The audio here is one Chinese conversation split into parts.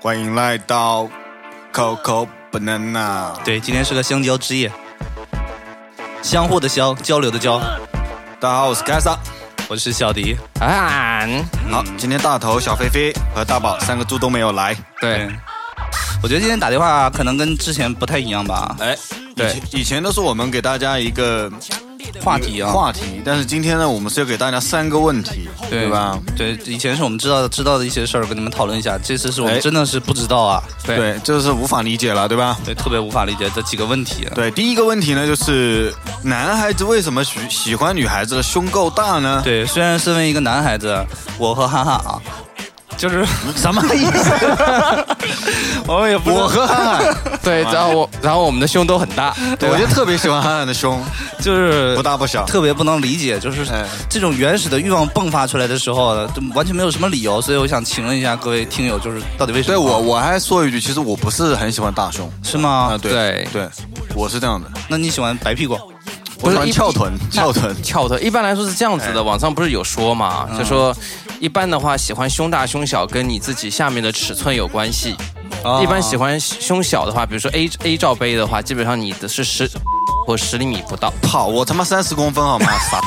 欢迎来到 Coco Banana。对，今天是个香蕉之夜，相互的相，交流的交。大家好，我是凯撒。我是小迪，啊，好，今天大头、小飞飞和大宝三个猪都没有来。对，我觉得今天打电话可能跟之前不太一样吧，哎，对以前以前都是我们给大家一个话题啊，话题，但是今天呢，我们是要给大家三个问题，对吧？？对，以前是我们知道知道的一些事儿，跟你们讨论一下，这次是我哎们真的是不知道啊，对对，这是无法理解了，对吧？对，特别无法理解这几个问题。啊对，第一个问题呢，就是男孩子为什么喜喜欢女孩子的胸够大呢？对，虽然身为一个男孩子，我和憨憨啊，就是什么意 思？我们也不我和憨憨，对，然后我，然后我们的胸都很大， 对我吧就特别喜欢憨憨 的胸，就是不大不小。特别不能理解，就是哎这种原始的欲望迸发出来的时候，就完全没有什么理由，所以我想请问一下各位听友，就是到底为什对么？我，我还说一句，其实我不是很喜欢大胸是吗？啊，对对对，我是这样的，那你喜欢白屁股？不我喜欢是一翘臀，翘臀。翘臀一般来说是这样子的，网上不是有说嘛，嗯就说一般的话，喜欢胸大胸小跟你自己下面的尺寸有关系。啊一般喜欢胸小的话，比如说 A A 罩杯的话，基本上你的是十或十厘米不 到，跑，我他妈三十公分 好吗？傻，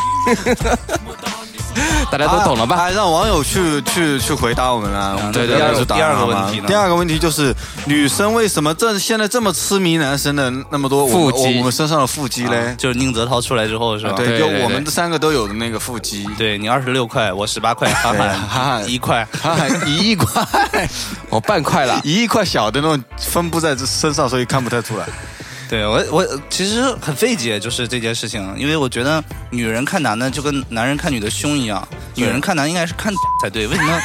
大家都懂了吧？还让哎网友去去去回答我们啊！我们对这对边对就答第二个好吗问题呢第二个问题就是女生为什么这现在这么痴迷男生的那么多我们腹肌我我们身上的腹肌嘞？啊就是宁泽涛出来之后是吧？对，对就对我们对这三个都有的那个腹肌，对你二十六块，我十八块，憨对憨憨憨一块。他还一亿块，，我哦半块了 一亿块小的那种分布在这身上，所以看不太出来。 对我我其实很费解，就是这件事情，因为我觉得女人看男的就跟男人看女的胸一样，女人看男应该是看 才对，为什么？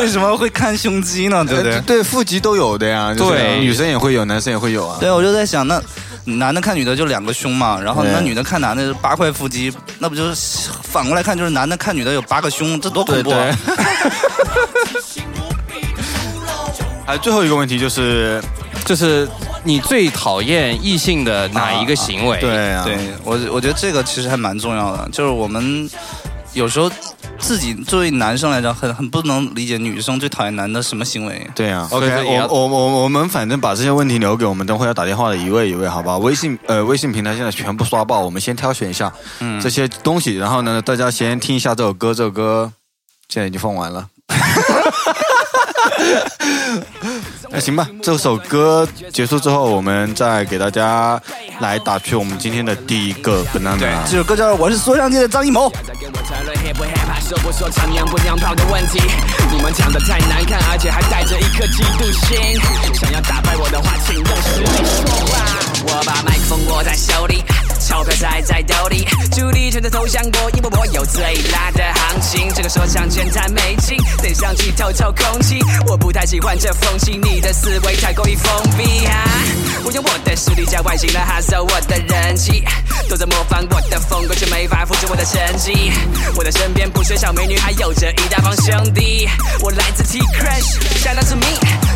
为什么会看胸肌呢？对不对呃？对，腹肌都有的呀，就是对女生也会有，男生也会有啊。对，我就在想，那男的看女的就两个胸嘛，然后对那女的看男的是八块腹肌，那不就是反过来看，就是男的看女的有八个胸，这多恐对怖、啊！对。还有哎最后一个问题就是，就是你最讨厌异性的哪一个行为？对啊， 对我我觉得这个其实还蛮重要的，就是我们有时候自己作为男生来讲，很很不能理解女生最讨厌男的什么行为。对啊所以说也，OK，要我我我我们反正把这些问题留给我们等会要打电话的一位一位，好吧？微信呃微信平台现在全部刷爆，我们先挑选一下嗯这些东西，然后呢，大家先听一下这首歌，这首歌现在已经放完了。 那行吧，这首歌结束之后，我们再给大家来打趣我们今天的第一个 banana。这首歌叫《我是说唱界的张艺谋》。再给我谈论 hip hop 说不说唱娘不娘炮的问题，你们讲的太难看，而且还带着一颗嫉妒心。想要打败我的话，请用实力说吧。我把麦克风握在手里，钞票塞在兜里，主力全在投降我，因为我有最辣的行情。这个说唱圈太没劲，得上去透透空气。我不太喜欢这风气，啊你的思维太过于封闭啊！我用我的实力加外形来哈搜我的人气，都在模仿我的风格，却没法复制我的成绩。我的身边不缺小美女，还有着一大帮兄弟。我来自 T Crash，想到是 me，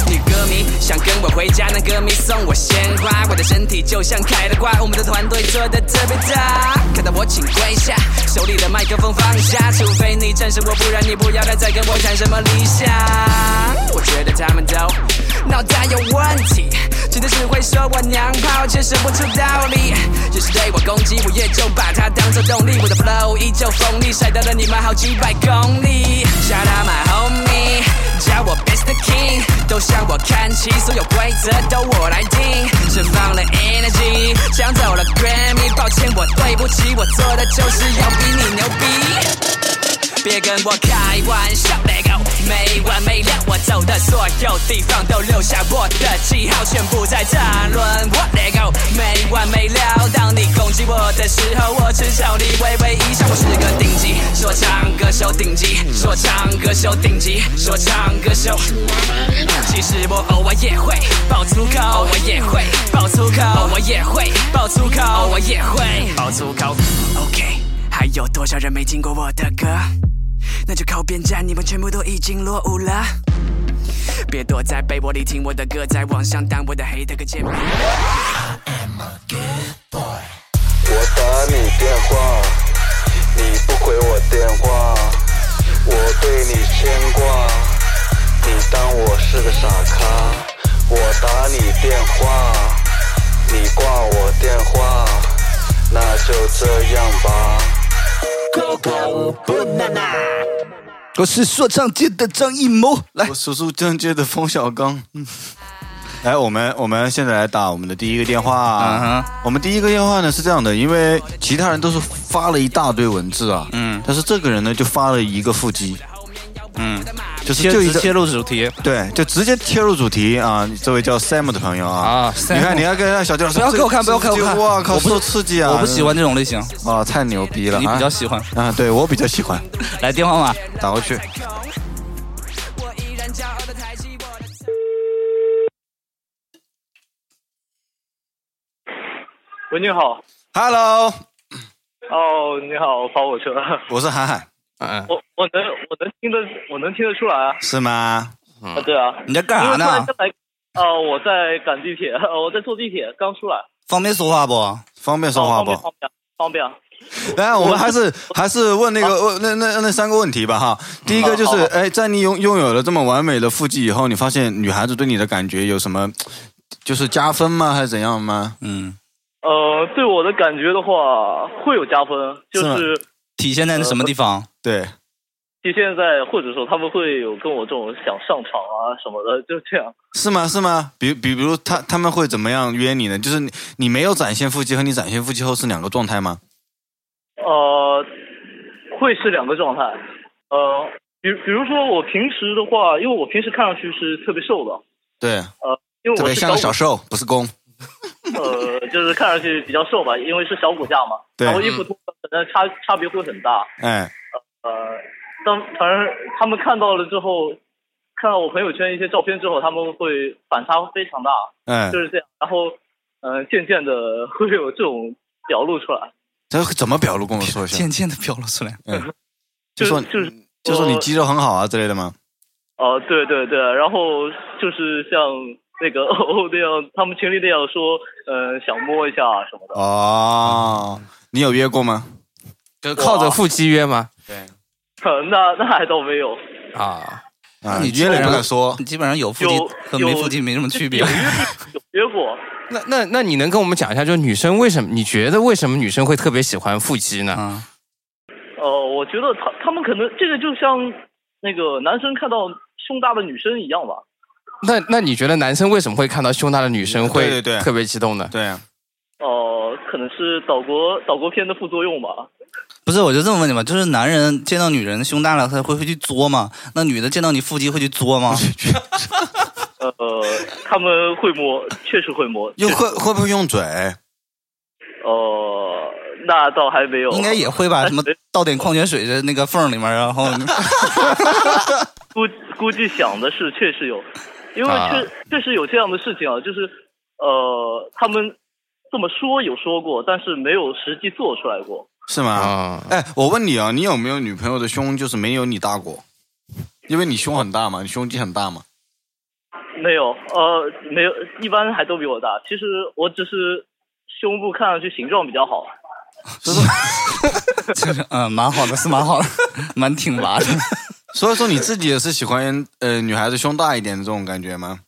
女歌迷想跟我回家，男歌迷送我鲜花。我的身体就像开了挂，我们的团队做的特别大。看到我请跪下，手里的麦克风放下，除非你战胜我，不然你不要再跟我谈什么理想。我觉得他们都脑袋有问题，真的只会说我娘炮，却说不出道理。越是对我攻击，我也就把它当做动力。我的 flow 依旧锋利，甩掉了你们好几百公里。Shout out my homie，叫我 b e s t King，都向我看齐，所有规则都我来定。释放了 energy，抢走了 Grammy，抱歉，我对不起，我做的就是要比你牛逼。别跟我开玩笑，Let go，没完没了。我走的所有地方都留下我的记号，全部在谈论我 Let go，没完没了。当你攻击我的时候，我至少你微微一笑。我是个顶级说唱歌手，顶级说唱歌手，顶级说唱歌手。其实我偶尔也会爆粗口，偶尔也会爆粗口，偶尔也会爆粗口，偶尔也会爆粗口。OK，还有多少人没听过我的歌？那就靠边站，你们全部都已经落伍了。别躲在被窝里听我的歌，在网上当我的黑的个贱民。我打你电话，你不回我电话，我对你牵挂，你当我是个傻咖。我打你电话，你挂我电话，那就这样吧。我是说唱界的张艺谋，来我，叔叔正界的冯小刚。嗯 来，我们我们现在来打我们的第一个电话。嗯哼我们第一个电话呢是这样的，因为其他人都是发了一大堆文字啊，嗯，但是这个人呢就发了一个腹肌，嗯，就是切就一个切入主题，对，就直接切入主题啊！这位叫 Sam 的朋友啊，啊你 Sam 看你要跟小弟老师不要给我看这个不要给我看这个哇靠，我不受刺激啊！我不喜欢这种类型，啊，太牛逼了！你比较喜欢欢。啊？对我比较喜欢，来电话吧，打过去。喂，你好。 Hello，哦，你好，跑我车。我是韩寒，嗯，我我能我能听得我能听得出来啊。是吗？啊，对啊。你在干啥因为突然呢刚？才，呃，我在赶地铁，哦我在坐地铁，刚出来。方便说话不？方便说话哦不？方便方便。方便来，我们还 是还是问那个问那那那三个问题吧哈。第一个就是，哎，在你拥拥有了这么完美的腹肌以后，你发现女孩子对你的感觉有什么，就是加分吗？还是怎样吗？嗯，呃，对我的感觉的话，会有加分，就是是体现在什么地方？对，体现在或者说他们会有跟我这种想上场啊什么的，就这样。是吗？是吗？比比比如他他们会怎么样约你呢？就是你你没有展现腹肌和你展现腹肌后是两个状态吗？呃，会是两个状态。呃，比比如说我平时的话，因为我平时看上去是特别瘦的，对，呃，因为特我别是像小个骨小瘦，不是公。呃，就是看上去比较瘦吧，因为是小骨架嘛，对然后衣服脱了，可能差差别会很大。哎，呃，当反正他们看到了之后，看到我朋友圈一些照片之后，他们会反差非常大，哎就，是这样。然后，呃，渐渐的 会有这种表露出来，他怎么表露？跟我说一下渐，渐的表露出来。就说就就是就说你肌肉很好啊之类的吗？哦，对对对，然后就是像那个 哦那样，他们群里那样说，呃，想摸一下什么的。哦，你有约过吗？就靠着腹肌约吗？呃 那那还倒没有，啊，啊，那你约了也不敢说你。基本上有腹肌有和没有腹肌没什么区别有约。有约过，那那那你能跟我们讲一下，就是女生为什么？你觉得为什么女生会特别喜欢腹肌呢？啊，呃，我觉得他他们可能这个就像那个男生看到胸大的女生一样吧。那那你觉得男生为什么会看到胸大的女生会对对对特别激动呢？对啊，哦、可能是岛国岛国片的副作用吧。不是，我就这么问你吧，就是男人见到女人胸大了，他会会去作吗？那女的见到你腹肌会去作 吗？啊呃，他们会摸，确实会摸。又会会不会用嘴？呃，那倒还没有。啊应该也 会吧，什么倒点矿泉水在那个缝里面，然后 估估计想的是确实有，因为确、啊确实有这样的事情啊，就是呃，他们这么说有说过，但是没有实际做出来过。是吗？啊，哎，我问你啊，你有没有女朋友的胸就是没有你大过？因为你胸很大嘛，你胸肌很大嘛。没有，呃，没有，一般还都比我大。其实我只是胸部看上去形状比较好，就是嗯，蛮好的，是蛮好的， 蛮挺拔的。所以说你自己也是喜欢呃女孩子胸大一点的这种感觉吗？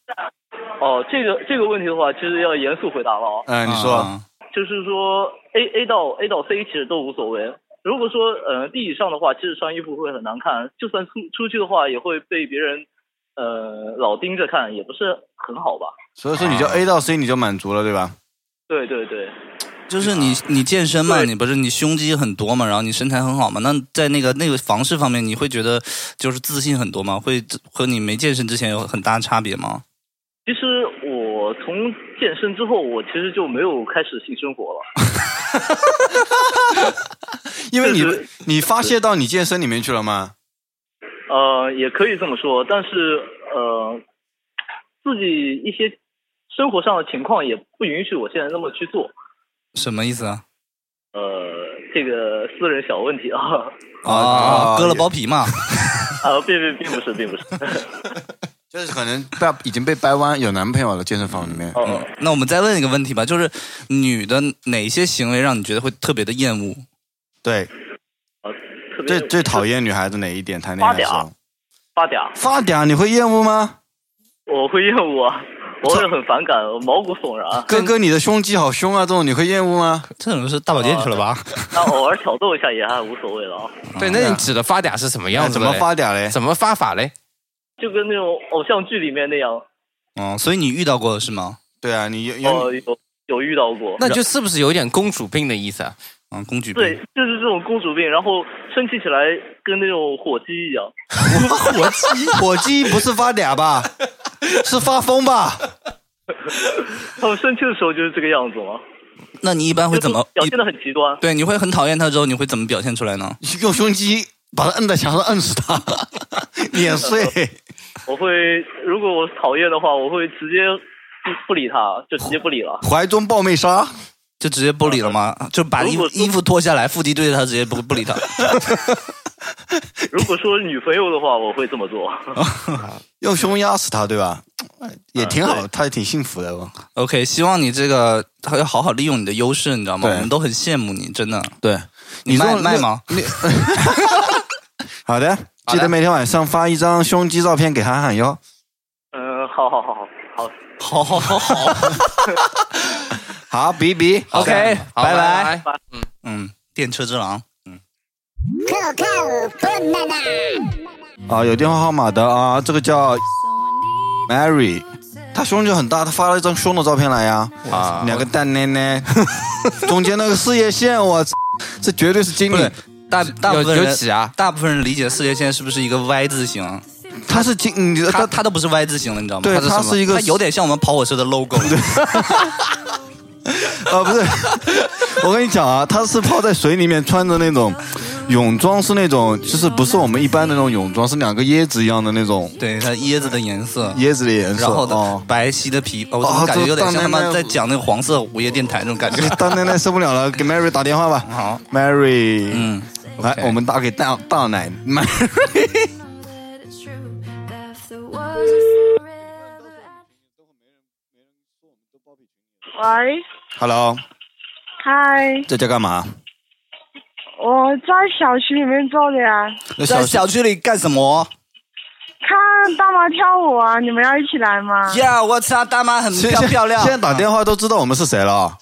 哦，这个这个问题的话，其实要严肃回答了啊、嗯、 你说、啊就是说 A A 到 A 到 C 其实都无所谓。如果说呃 D 以上的话，其实穿衣服会很难看，就算出出去的话，也会被别人呃老盯着看，也不是很好吧？所以说你就 A 到 C 你就满足了，对吧？对对对，就是你啊你健身嘛，对你不是你胸肌很多嘛，然后你身材很好嘛，那在那个那个房事方面，你会觉得就是自信很多吗？会和你没健身之前有很大差别吗？其实我从健身之后，我其实就没有开始性生活了。因为你就是你发泄到你健身里面去了吗？呃，也可以这么说，但是呃，自己一些生活上的情况也不允许我现在那么去做。什么意思啊？呃，这个私人小问题啊， 啊割了包皮嘛？啊，并并并不是，并不是。 就是可能被已经被掰弯，有男朋友了，健身房里面。哦，嗯那我们再问一个问题吧，就是女的哪些行为让你觉得会特别的厌恶？对，呃特别最最讨厌女孩子哪一点？谈恋爱的时发候嗲发嗲，发嗲，你会厌恶吗？我会厌恶啊，我会很反感，我毛骨悚 然。哥哥，你的胸肌好凶啊！这种你会厌恶吗？这种是大保健去了吧？啊那偶尔挑逗一下也还无所谓了啊，嗯对，那你指的发嗲是什么样哎子？怎么发？嗲嘞？怎么发法嘞？就跟那种偶像剧里面那样，嗯，所以你遇到过是吗？对啊，你有有哦，有有遇到过。那就是不是有点公主病的意思啊？嗯，公举对病。，就是这种公主病，然后生气起来跟那种火鸡一样。火鸡，火鸡不是发嗲吧？是发疯吧？他们生气的时候就是这个样子嘛，那你一般会怎么？表一现的很极端？对，你会很讨厌他之后，你会怎么表现出来呢？用胸肌把他摁在墙上摁死他， 碾碎。我会，如果我讨厌的话，我会直接不不理他，就直接不理 了。怀中抱妹杀，就直接不理了吗？就把衣服如果衣服脱下来，腹肌对着他，直接不不理他。如果说女朋友的话，我会这么做。 用胸压死他，对吧？也挺啊好，对他也挺幸福的哦。 OK，希望你这个他要好好利用你的优势，你知道吗？对我们都很羡慕你，真的。对，你这卖种卖吗？ 好的，好的记得每天晚上发一张胸肌照片给涵涵哟。嗯，好好好好好，好好好好，好，比比 OK，好拜拜。拜。嗯，电车之狼。啊，有电话号码的啊，这个叫 Mary，她胸就很大，她发了一张胸的照片来呀，啊两个蛋奶奶， 中间那个事业线，我操这绝对是经不理是，大大部分有人有几啊？大部分人理解四界线是不是一个 Y 字形？她是经理，它她它都不是 Y 字形了，你知道吗？对它是什它么是一个它有点像我们跑火车 的 logo。啊不是， 我跟你讲啊，她是泡在水里面，穿着那种泳装，是那种就是不是我们一般的那种泳装，是两个椰子一样的那种对，它椰子的颜色，椰子的颜色然后呢哦，。白皙的皮，哦我怎哦么感觉这有点像他当妈年那在讲那个黄色午夜电台那种感觉。大奶奶受不了了，给 Mary 打电话吧。好，Mary，嗯，来 OK 我们打给大大奶奶。 喂， Hello，嗨，在家干嘛？我在小区里面坐着呀， 在小区里干什么？看大妈跳舞啊，你们要一起来吗？呀，我操，大妈很现漂 漂亮。现在打电话都知道我们是谁了。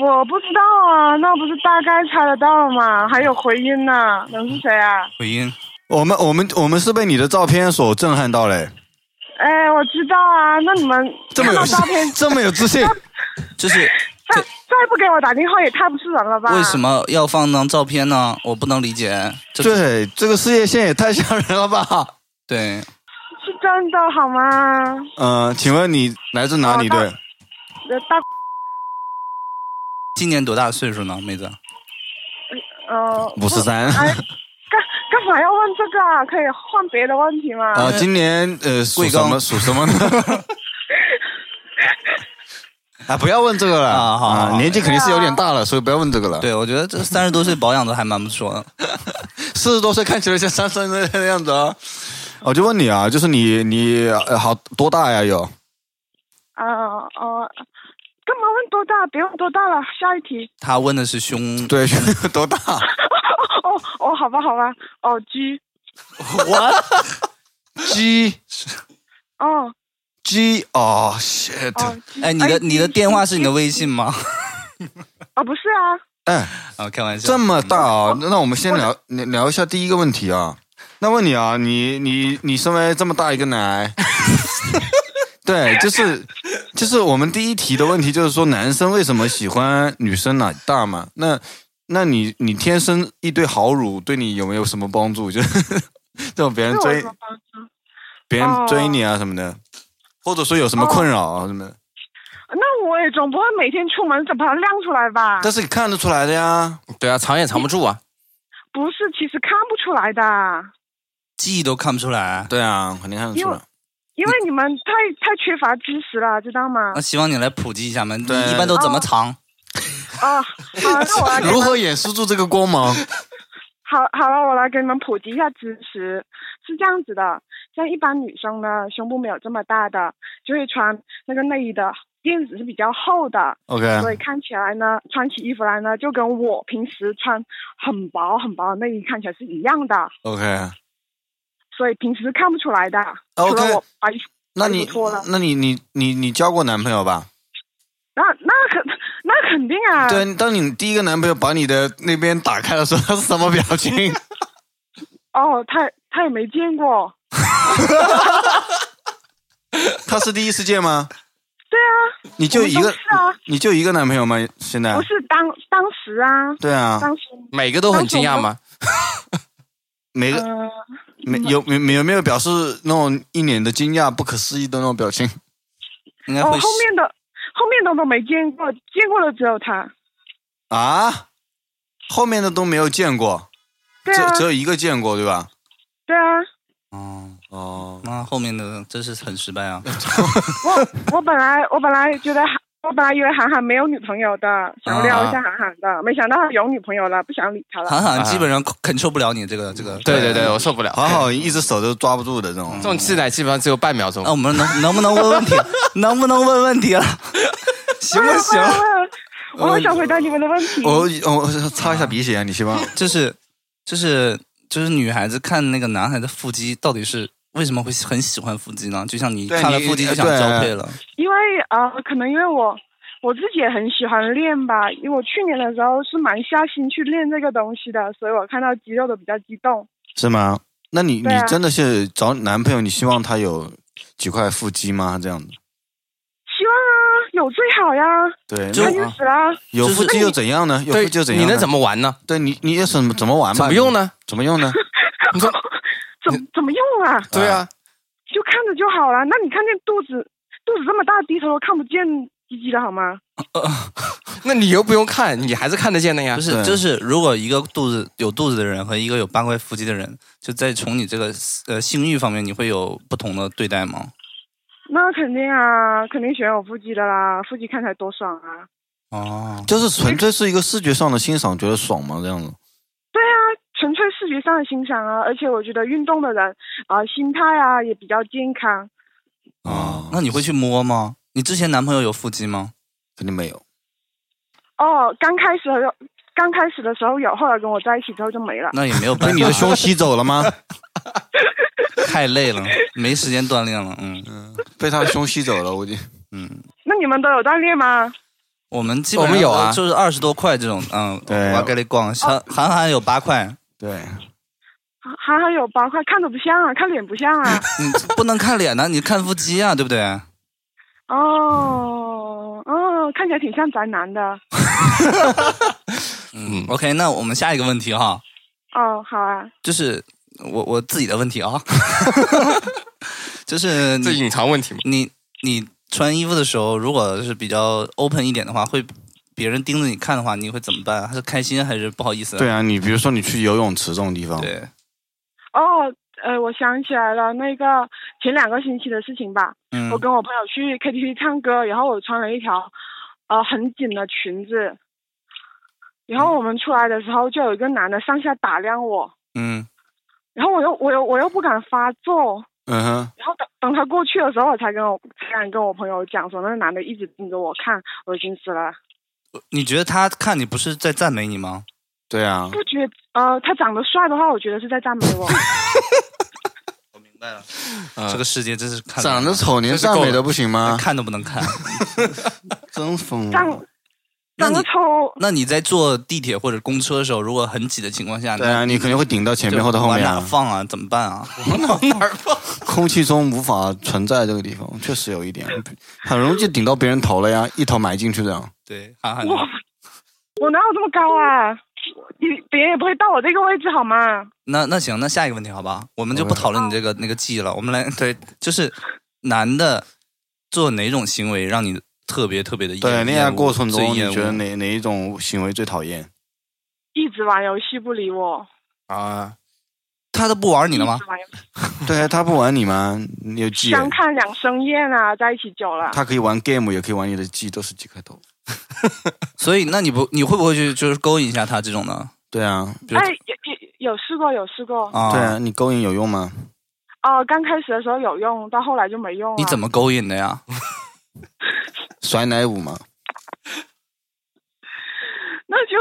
我不知道啊，那不是大概猜得到吗？还有回音呢、能是谁啊？回音，我们我们我们是被你的照片所震撼到 嘞，哎，我知道啊，那你们这么看有到照 片，这么有自信，就是再再不给我打电话也太不是人了吧？为什？么要放张照片呢？我不能理解。这对这个事业线也太吓人了 吧？对，是真的好吗？嗯、请问你来自哪里哦队？呃大今年多大岁数呢，妹子？呃，五十三哎，干干嘛要问这个啊？可以换别的问题吗？啊，今年 呃属贵什么庚属什么呢？ 啊，不要问这个了啊好好好年纪肯定是有点大了，所以不要问这个了。对，我觉得这三十多岁保养的还蛮不错的。四十多岁看起来像三十岁的样子啊。我就问你啊，就是你你呃好多大呀？有啊哦、干嘛问多大？别问多大了，下一题。他问的是胸，对 多大？哦哦，好吧好吧，哦鸡，鸡哦鸡哦，shit！哦鸡。哎，你的你的鸡电话是你的微信吗？ 哦不是啊，哎，啊，开玩笑。这么大啊？那我们先聊聊聊一下第一个问题啊。那问你啊，你你你身为这么大一个奶， 对，就是就是我们第一题的问题就是说，男生为什么喜欢女生奶大嘛？那那你你天生一对好乳，对你有没有什么帮助？就是 这种别人是我追说别人哦追你啊什么的，或者说有什么困扰啊什么的，那我也总不会每天出门就把它亮出来吧？但是你看得出来的呀。对啊，藏也藏不住啊。不是，其实看不出来的，记忆都看不出来。对啊，肯定看得出来。因为你们太太缺乏知识了，知道吗那？希望你来普及一下嘛，你对一般都怎么藏？哦，好，那 我来给 你如们何掩饰住这个光芒？好好了，我来给你们普及一下知识，是这样子的，像一般女生呢，胸部没有这么大的，就会穿那个内衣的垫子是比较厚的， OK，嗯所以看起来呢，穿起衣服来呢，就跟我平时穿很薄很薄的内衣看起来是一样的， OK，所以平时是看不出来的。 OK 除了我把衣服，那你不错了那你你你你交过男朋友吧？那那肯那肯定啊，对，当你第一个男朋友把你的那边打开的时候，他是什么表 情？哦，他他也没见过，他是第一次见吗？对啊，你就一我个们都是啊，你就一个男朋友吗？现在不？是当当时啊，对啊，当时每个都很惊嗯讶吗？每个嗯、没有没有没有表示那种一脸的惊讶、不可思议的那种表情？应该哦，会后面的后面的都没见过，见过的只有他。啊，后面的都没有见过，对啊只，只有一个见过，对吧？对啊，哦，哦，那后面的真是很失败啊。我我本来我本来觉得韩，我本来以为韩寒没有女朋友的，想撩一下韩寒的，没想到他有女朋友了，不想理他了。韩寒基本上 control 不了你这个这个。对对对，我受不了。好好，一只手都抓不住的这种嗯这。种气奶基本上只有半秒钟嗯那、。我们能能不能问问题？能不能问问题啊了？行不行？ 我我想回答你们的问题。我我擦一下鼻血啊，你先吧。就是就是就是女孩子看那个男孩的腹肌，到底是为什么会很喜欢腹肌呢？就像你对看了你腹肌就想对交配了。因为呃，可能因为我我自己也很喜欢练吧，因为我去年的时候是蛮下心去练这个东西的，所以我看到肌肉都比较激动。是吗？那你、对啊你真的是找男朋友，你希望他有几块腹肌吗？这样子？希望啊，有最好呀，对，就那那就死啦。有啊腹肌又怎样呢？有腹对肌又，怎样？你能怎么？么玩呢？对你你也怎么怎么玩吧？怎么用？呢？怎么 用呢？你说怎么怎么用啊？对啊，就看着就好了。那你看见肚子，肚子这么大，低头都看不见鸡鸡的好吗？嗯那你又不用看，你还是看得见的呀不。对是，就是如果一个肚子有肚子的人和一个有八块腹肌的人，就在从你这个呃性欲方面，你会有不同的对待吗？那肯定啊，肯定选有腹肌的啦，腹肌看起来多爽啊！哦，就是纯粹是一个视觉上的欣赏，觉得爽吗？这样子？纯粹视觉上的欣赏啊，而且我觉得运动的人啊、心态啊也比较健康。啊、哦那你会去摸吗？你之前男朋友有腹肌吗？肯定没有。哦，刚开始有，刚开始的时候有，后来跟我在一起之后就没了。那也没有办被法，你的胸吸走了吗？ 太累了，没时间锻炼了。嗯被他的胸吸走了，我就嗯，那你们都有锻炼吗？我们基本我上们有啊就是二十多块这种，嗯，对我给你逛，韩韩寒有八块，对。还还有八块，看着不像啊，看脸不像啊。你不能看脸呢，你看腹肌啊，对不对？哦，哦，看起来挺像宅男的。嗯，OK，那我们下一个问题哈，哦，好啊。就是我我自己的问题啊， 就是这你隐藏问题嘛。你你穿衣服的时候，如果是比较 open 一点的话，会别人盯着你看的话，你会怎么办？还是开心还是不好意思？对啊，你比如说你去游泳池这种地方，对，哦，呃，我想起来了，那个前两个星期的事情吧，嗯我，跟我朋友去 KTV 唱歌，然后我穿了一条呃很紧的裙子，然后我们出来的时候就有一个男的上下打量我，嗯，然后我又我又我又不敢发作，嗯哼，然后等等他过去的时候，我才跟我才敢跟我朋友讲说那个男的一直盯着我看，我心死了，你觉得他看你不是在赞美你吗？对啊，不觉呃他长得帅的话，我觉得是在赞美我。这个世界真是看呃长得丑连赞美都不行啊吗？看都不能看。 真疯长那长你得丑，那你在坐地铁或者公车的时候，如果很挤的情况下，对啊，你肯定会顶到前就面或者后面往哪啊，放啊？怎么办啊？空气中无法存在这个地方，确实有一点，很容易就顶到别人头了呀，一头埋进去这样。 对，韩寒，哇我哪有这么高啊？你别人也不会到我这个位置好吗？那那行，那下一个问题好吧？我们就不讨论你这个那个记忆了，我们来 对，就是男的做哪种行为让你特别特别的厌对，恋爱过程最中厌恶你觉得哪哪一种行为最讨厌？一直玩游戏不理我。啊，他都不玩你了一吗直？玩游戏对啊，他不玩你吗？你有技，相嗯看两生厌啊，在一起久了，他可以玩 game，也可以玩你的技，都是几块头。所以那你不你会不会去就是勾引一下他这种呢？对啊，比如哎，有有有试过，有试过。啊，对啊，，你勾引有用吗？哦，刚开始的时候有用，到后来就没用了。你怎么勾引的呀？甩奶舞嘛。那就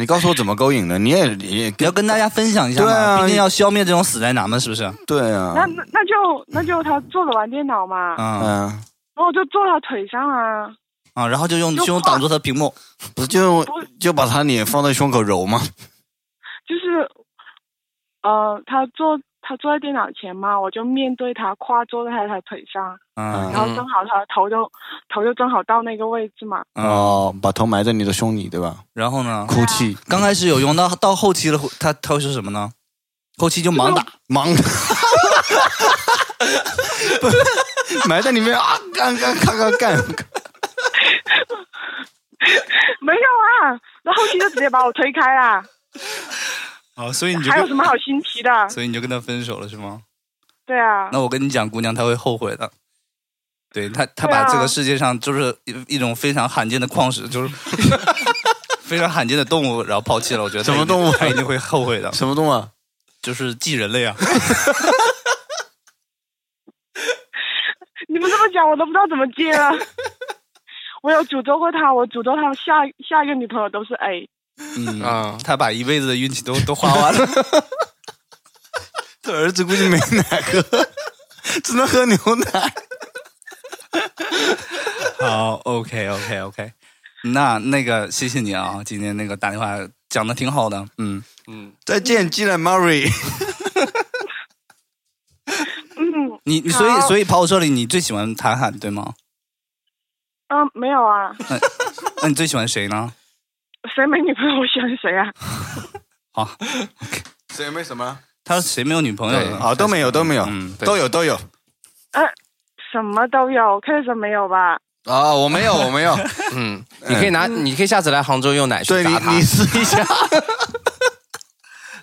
你告诉我怎么勾引的？你也你也你要跟大家分享一下对啊嘛，毕竟要消灭这种死宅男们，是不是？对啊那，那那就那就他坐着玩电脑嘛，嗯嗯，然后我就坐他腿上啊，啊，然后就用就胸挡住他屏幕，不是就就把他脸放在胸口揉吗？就是，呃，他坐他坐在电脑前嘛，我就面对他，跨坐在他的腿上，嗯然后正好他的头就头就正好到那个位置嘛，嗯，哦，把头埋在你的胸里，对啊吧？然后呢，哭泣，刚开始有用，到到后期了，他他会说什么呢？后期就盲打，忙， 不埋在里面啊，干干干干干，没有啊，然后后期就直接把我推开啦，啊，所以 你就还有跟什么好新奇的？所以你就跟他分手了是吗？对啊，那我跟你讲，姑娘她会后悔的。对她，她把对啊这个世界上就是一一种非常罕见的矿石，就是 非常罕见的动物，然后抛弃了。我觉得她什么一定动物她一定会后悔的，什么动物啊？就是寄人类啊。你们这么讲，我都不知道怎么接了。 我有诅咒过他，我诅咒他下下一个女朋友都是 A，嗯 啊她把一辈子的运气都都花 完了。这儿子估计没奶喝，只能喝牛奶。 好，OK OK OK，那那个谢谢你啊，今天那个打电话讲的挺好的，嗯，嗯，再见，基兰 Murray。嗯你你所以好所以跑我这里，你最喜欢谭喊对吗？嗯、没有啊，那你最喜欢谁呢？谁没女朋友我选谁啊？啊，谁没什么？他谁没有女朋友对呢？啊，都没有，都没有，嗯对都有，都有。什么都有，看什么没有吧？啊，我没有，我没有。嗯，你可以拿，你可以下次来杭州用奶水 对你砸，他你。试一下。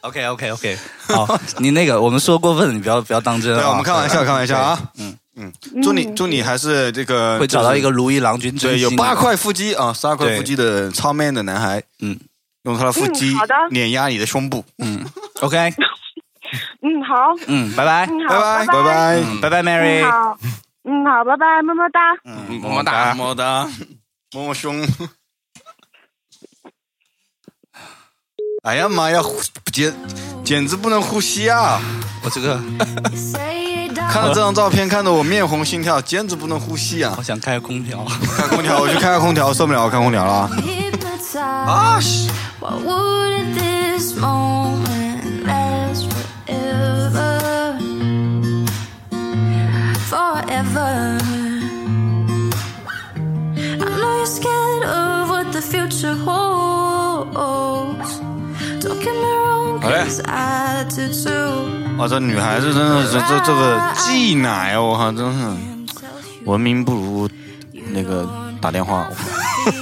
OK OK OK，好，你那个我们说过分了，你不要不要当真对，啊。我们开玩笑，开玩笑啊。嗯嗯，祝你祝你还是这个会找到一个如意郎君就是真对有心的八块腹肌啊，十二块腹肌的超 man 的男孩，嗯用他的腹肌嗯好的碾压你的胸部。嗯，OK，嗯，好，嗯，拜拜，嗯，好，拜拜拜拜嗯拜拜嗯， ，Mary，好，嗯，好，拜拜，么么哒。嗯嗯么么哒，么么哒。摸摸胸。 哎呀妈呀，呼简简直不能呼吸啊！我这个看了这张照片，看得我面红心跳，简直不能呼吸啊 好！想开空调，开空调，我去开个空调，受不了，我开空调了啊。Ah. 啊！What would this moment last forever? Forever. I know you're scared of what the future holds. Don't get me wrong, 'cause I do too. 哇，这女孩子真的是这这个忌奶哦，我靠，真是文明不如那个打电话。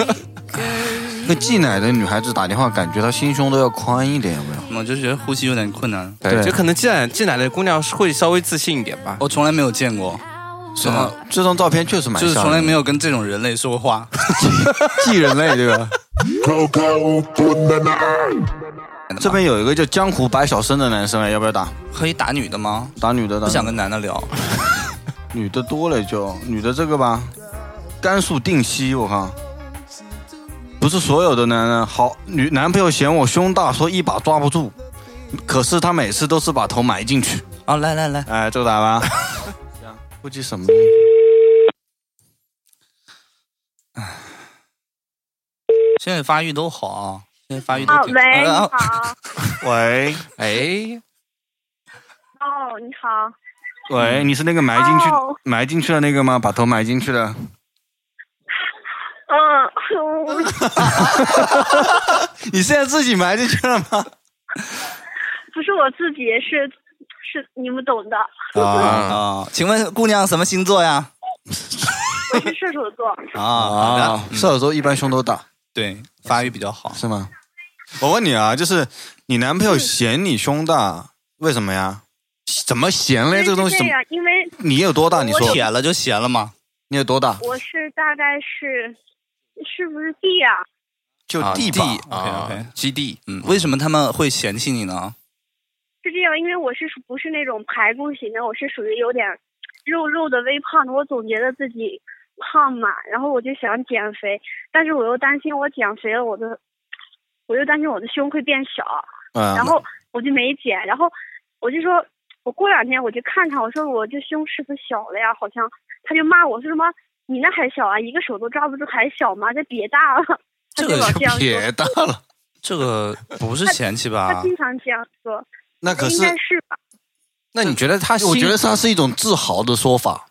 那个忌奶的女孩子打电话，感觉她心胸都要宽一点，有没有？我就觉得呼吸有点困难，对对，就可能进来进来的姑娘会稍微自信一点吧。我从来没有见过，呃是吗？这张照片确实蛮就像是的，从来没有跟这种人类说过 话。忌人类，对吧？这边有一个叫江湖白小生的男生，哎要不要打？可以打女的吗？打女的，打不女想的跟男的聊，女的多了就女的这个吧，甘肃定西，我靠，不是所有的男人好女男朋友嫌我胸大，说一把抓不住，可是他每次都是把头埋进去。啊，来来来，哎，这个打吧，估计什么？现在发育都好啊，现在发育都好挺哦喂，你啊好啊，喂哎，哦，你好，喂，你是那个埋进去、哦埋进去的那个吗？把头埋进去的， 嗯，你现在自己埋进去了吗？不是我自己，是是你们懂的，啊啊！请问姑娘什么星座呀？我是射手座。啊啊，射手座一般胸都大。对，发育比较好。是吗？我问你啊，就是你男朋友嫌你胸大，为什么呀？怎么嫌嘞？这个东西怎么？样，因为你有多大？你说舔了就咸了嘛。你有多大？我是大概是是不是 B 啊？就啊地地吧。啊 OK，OK，基地，嗯，为什么他们会嫌弃你呢？是这样，因为我是属不是那种排骨型的，我是属于有点肉肉的微胖的，我总觉得自己胖嘛，然后我就想减肥，但是我又担心我减肥了我的，我又担心我的胸会变小，嗯然后我就没减，然后我就说，我过两天我就看看，我说我这胸是不是小了呀？好像他就骂我说什么你那还小啊，一个手都抓不住，还小吗？这别大了，他这就个老这样说，别大了。这个不是嫌弃他吧？经常这样说，那啊可应是该是吧？那你觉得他心？我觉得它是一种自豪的说法。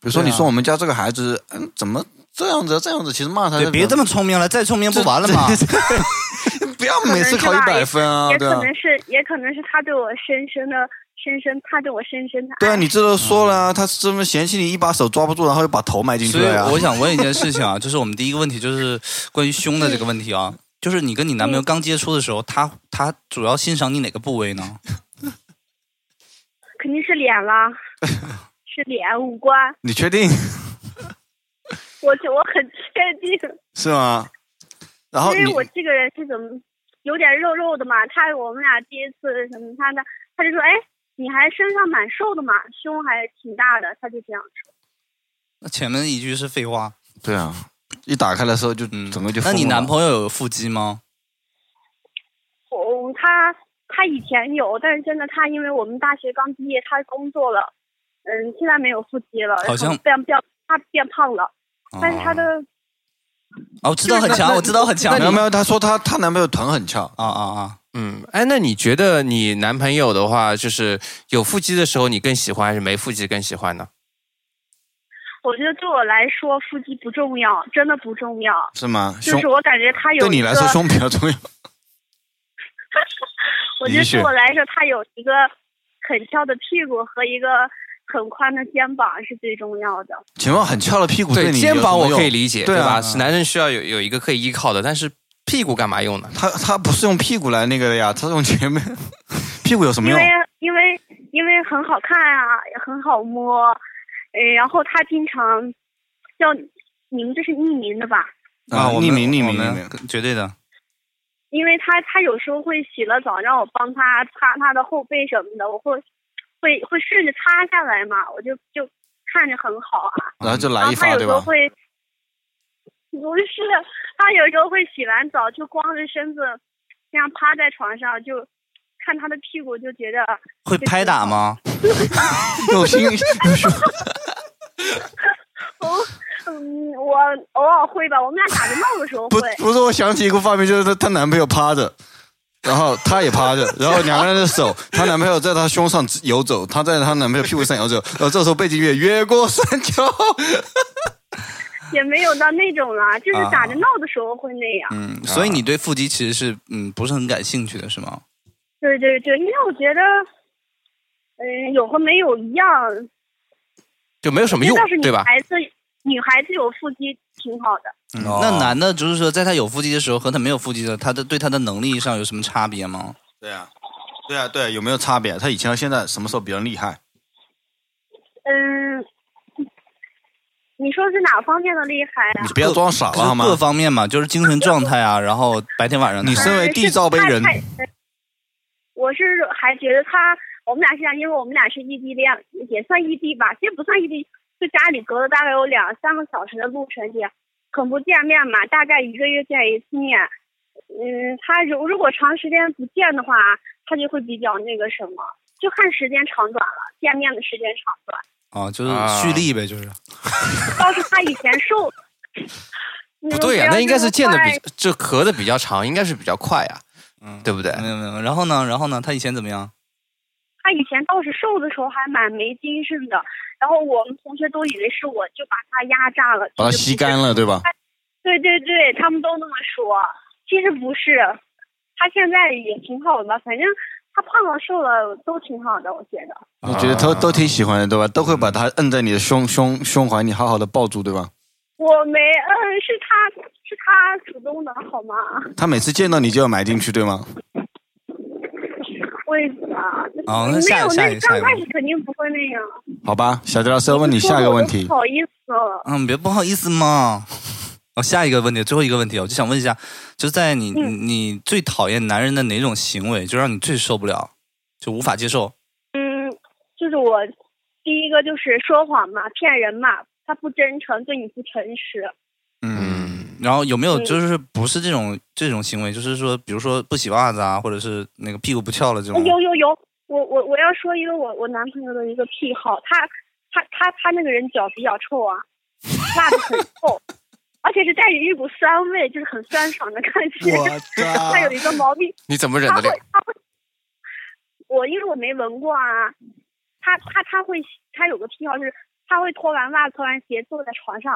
比如说，对啊你说我们家这个孩子，嗯，怎么这样子这样子？其实骂他 对，就，别这么聪明了，再聪明不完了吗？不要每次考一百分啊，也对可啊，能是，也可能是他对我深深的、深深，他对我深深的爱。对啊，你这都说了啊，他是这么嫌弃你一把手抓不住，然后又把头埋进去所以了呀。我想问一件事 情啊，就是我们第一个问题就是关于胸的这个问题啊，就是你跟你男朋友刚接触的时候，他他主要欣赏你哪个部位呢？肯定是脸 啦，是脸五官，你确定我就我很确定，是吗？然后因为哦你我这个人是怎么有点肉肉的嘛。他我们俩第一次什么，他的他就说，哎，你还身上蛮瘦的嘛，胸还挺大的，他就这样说。那前面一句是废话，对啊，一打开的时候就嗯，整个就那你疯了男朋友有腹肌吗？我他他以前有，但是真的他因为我们大学刚毕业，他工作了，嗯，现在没有腹肌了，然后好像变变他变胖了，哦但是他啊的。啊，我知道很强，我知道很强你男朋友他说他他男朋友臀很翘，啊啊啊！嗯，哎，那你觉得你男朋友的话，就是有腹肌的时候，你更喜欢还是没腹肌更喜欢呢？我觉得对我来说，腹肌不重要，真的不重要。是吗？就胸是我感觉他有一个，对你来说啊胸比较重要。我觉得的确对我来说，他有一个很翘的屁股和一个很宽的肩膀是最重要的。请问很翘的屁股对，你肩膀我可以理。理解，对啊吧？是男人需要有有一个可以依靠的，但是屁股干嘛用呢？他他不是用屁股来那个的呀，他是用前面 屁股有什么因用为？因为因为很好看啊，也很好摸，呃，然后他经常叫你你们这是匿名的吧？啊，我匿们名匿我名匿们名。绝对的。因为他他有时候会洗了澡让我帮他擦他的后背什么的，我会会会顺着擦下来嘛，我就就看着很好啊。然后就然来后一他发，有对时候吧？会，不是，他有时候会洗完澡就光着身子，这样趴在床上就看他的屁股，就觉得会拍打吗？ 有 心有胸，哦，嗯，我偶尔会吧，我们俩打着闹的时候不会，不是，我想起一个画面，就是她她男朋友趴着，然后她 也趴着，然后两个人的手，她男朋友在她胸上游走，她在她男朋友屁股上游走，然后这时候背景乐越过山丘，也没有到那种啦，就是啊打着闹的时候会那样。嗯，啊所以你对腹肌其实是嗯不是很感兴趣的，是吗？对对对，因为我觉得，嗯，有和没有一样，就没有什么这用倒是，女对吧？孩子，女孩子有腹肌挺好的。嗯哦那男的就是说，在他有腹肌的时候和他没有腹肌的，他的对他的能力上有什么差别吗？对啊，对啊，对啊，有没有差别？她以前和现在什么时候比较厉害？嗯，你说是哪方面的厉害啊你？不要装傻了好各吗？方面嘛，就是精神状态啊，然后白天晚上的嗯你身为地罩杯是人太太我是还觉得他，我们俩是这样，因为我们俩是异地恋，也算异地吧，其实不算异地，就家里隔了大概有两三个小时的路程也很不见面嘛，大概一个月见一次面。嗯，他如如果长时间不见的话，他就会比较那个什么，就看时间长短了，见面的时间长短。啊，就是蓄力呗，就是倒是他以前 嗯瘦，不对呀、呀、那应该是见的快比这隔的比较长，应该是比较快啊，嗯对不对？没有没有。然后呢，然后呢，他以前怎么样？他以前倒是瘦的时候还蛮没精神的，然后我们同学都以为是我就把他压榨了，把她其实吸不是干了，对吧？对对对，他们都那么说，其实不是，他现在也挺好的吧，反正他胖了瘦了都挺好的，我觉得。我觉得都都挺喜欢的，对吧？都会把她摁在你的胸胸胸怀，你好好的抱住，对吧？我没，嗯，是他是他主动的好吗？她每次见到你就要埋进去，对吗？为什么？啊哦那没下一有，个下那一个下一刚个开始肯定不会那样。好吧，小杰老师要问你说下一得个我问都题不。好意思了，嗯，别不好意思嘛。哦，下一个问题，最后一个问题，我就想问一下，就在你、嗯你最讨厌男人的哪种行为，就让你最受不了，就无法接受？嗯，就是我第一个就是说谎嘛，骗人嘛，他不真诚，对你不诚实。嗯，然后有没有就是不是这种这种行为，就是说，比如说不洗袜子啊，或者是那个屁股不翘了这哎种？哎有有有，我我我要说一个我我男朋友的一个癖好，他他他他那个人脚比较臭啊，辣的很臭，而且是带着一股酸味，就是很酸爽的感觉。 他有一个毛病，你怎么忍得了？我因为我没闻过啊，他他他会他有个癖好是，他会脱完袜子脱完鞋坐在床上，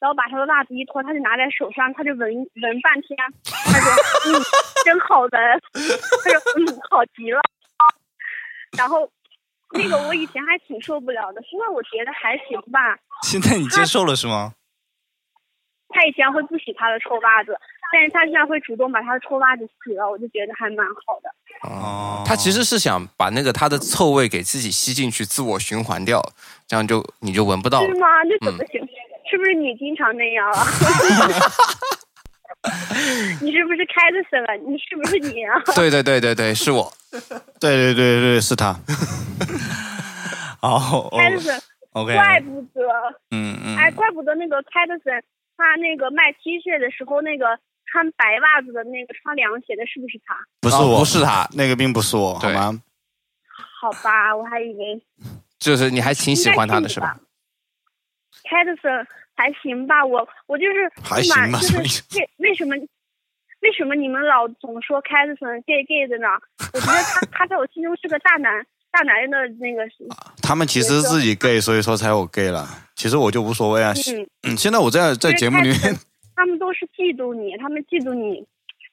然后把他的袜子一脱，他就拿在手上，他就闻闻半天，他说嗯真好闻，他说嗯好极了，然后那个我以前还挺受不了的，现在我觉得还行吧。现在你接受了是吗？他以前会不洗他的臭袜子，但是他现在会主动把他的臭袜子洗了，我就觉得还蛮好的。哦，他其实是想把那个他的臭味给自己吸进去，自我循环掉，这样就你就闻不到了是。吗？那怎么嗯行？是不是你经常那样 啊？你是不是开的森了？你是不是你啊？对对对对对，是我。对对对对，是他。哦开的森， ，OK，怪不得，嗯嗯，哎，怪不得那个开的森，他那个卖 T 恤的时候，那个穿白袜子的那个穿凉鞋的，是不是他？不是哦我，不是他那个并不是我，好对吗？好吧，我还以为就是你还挺喜欢他的是是吧？？开的森还行吧，我我就是还行吧不满什么就意思是为为什么为什么你们老总说开的森 gay gay 的呢？我觉得他他在我心中是个大男大男人的那个是他们其实自己 gay，所以说才有 gay 了。其实我就无所谓啊。嗯，嗯现在我在在节目里就是开面的，他们都是嫉妒你，他们嫉妒你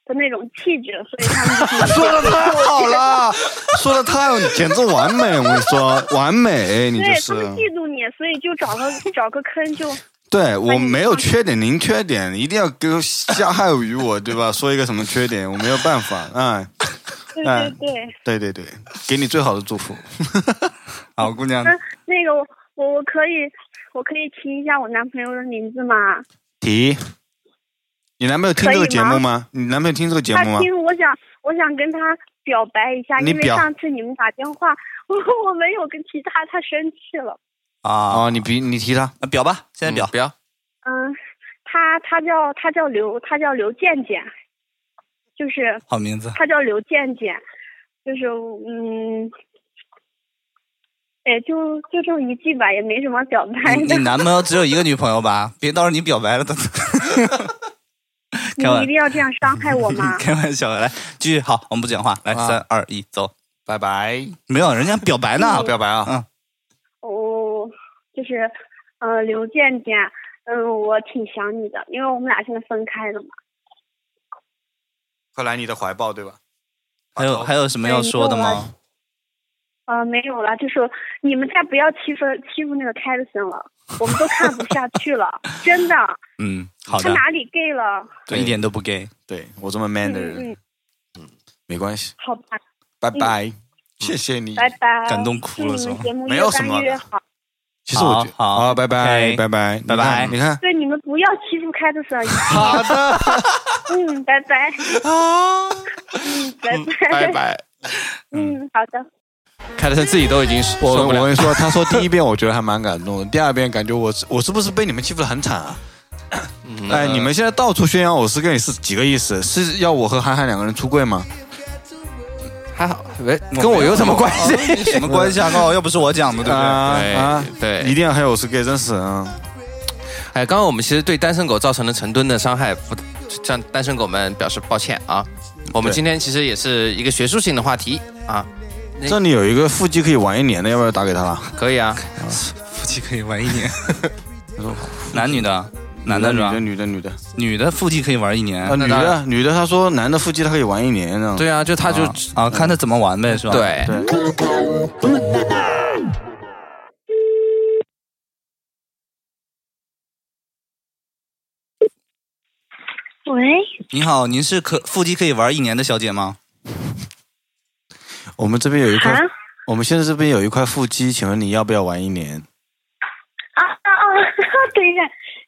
的那种气质，所以他们就说的太好了，说的太好，简直完美！我跟你说，完美， 你对就他们是。嫉妒你，所以就找 个找个坑就对我没有缺点，您缺点一定要给我加害于我， 对吧？说一个什么缺点，我没有办法。哎，对哎对对。对对对，给你最好的祝福。 好姑娘，那那个我我我可以我可以提一下我男朋友的名字吗？提，你男朋友听这个节目可以吗？你男朋友听这个节他目吗？听，我想我想跟他表白一下，你因为表上次你们打电话， 我我没有跟提他，他生气了。啊，哦，你比你提他，啊表吧，现在表嗯，不要，嗯，他他叫他叫刘，他叫刘健健，就是好名字，他叫刘健健，就是嗯。哎，就就这么一句吧，也没什么表白你的 你。男朋友只有一个女朋友吧？别到时候你表白了，他你开玩一定要这样伤害我 吗？ 开玩笑，来继续，好，我们不讲话，来啊三二一，走，拜拜。没 有，人家表白呢，嗯表白啊！哦，就是，呃，刘健健，嗯，我挺想你的，因为我们俩现在分开了嘛。快来你的怀抱，对吧？还有还有什么要说的哎吗？呃，没有了，就是你们再不要欺负欺负那个凯森了，我们都看不下去了，真的，嗯，好他的，哪里 gay 了？一点都不 gay。对我这么 man 的人，嗯嗯，没关系，好吧，拜拜，谢谢你。拜拜。感动哭了是祝你吗们节目没越有什么办越好。其实我觉好好啊，拜拜 OK 拜拜拜拜你看对，你们不要欺负凯森。 好的，嗯，拜拜。嗯，拜拜。拜。拜。嗯，好的。凯德森自己都已经受我受我不了跟。你说，他说第一遍我觉得还蛮感动的，第二遍感觉我是我是不是被你们欺负的很惨啊？嗯呃哎，你们现在到处宣扬我是 gay 是几个意思？是要我和韩寒两个人出柜吗？嗯还好，喂，跟我有什么关系？哦什么关系啊？刚 好又不是我讲的，对不对？啊哦对啊！对一定要还有我是 gay，真是啊！哎，刚刚我们其实对单身狗造成了成吨的伤害，不向单身狗们表示抱歉啊。我们对今天其实也是一个学术性的话题啊，那这里有一个腹肌可以玩一年的，要不要打给他了？可以啊。夫妻可以玩一年， 男女的，男的的是女吧的？女的女的女的腹肌可以玩一年啊女当的女的，她说男的腹肌她可以玩一年呢。对啊，就他就、啊，看他怎么玩呗，是吧？，对对，喂，你好，您是可腹肌可以玩一年的小姐吗？我们这边有一块啊，我们现在这边有一块腹肌，请问你要不要玩一年？啊啊 啊！等一下，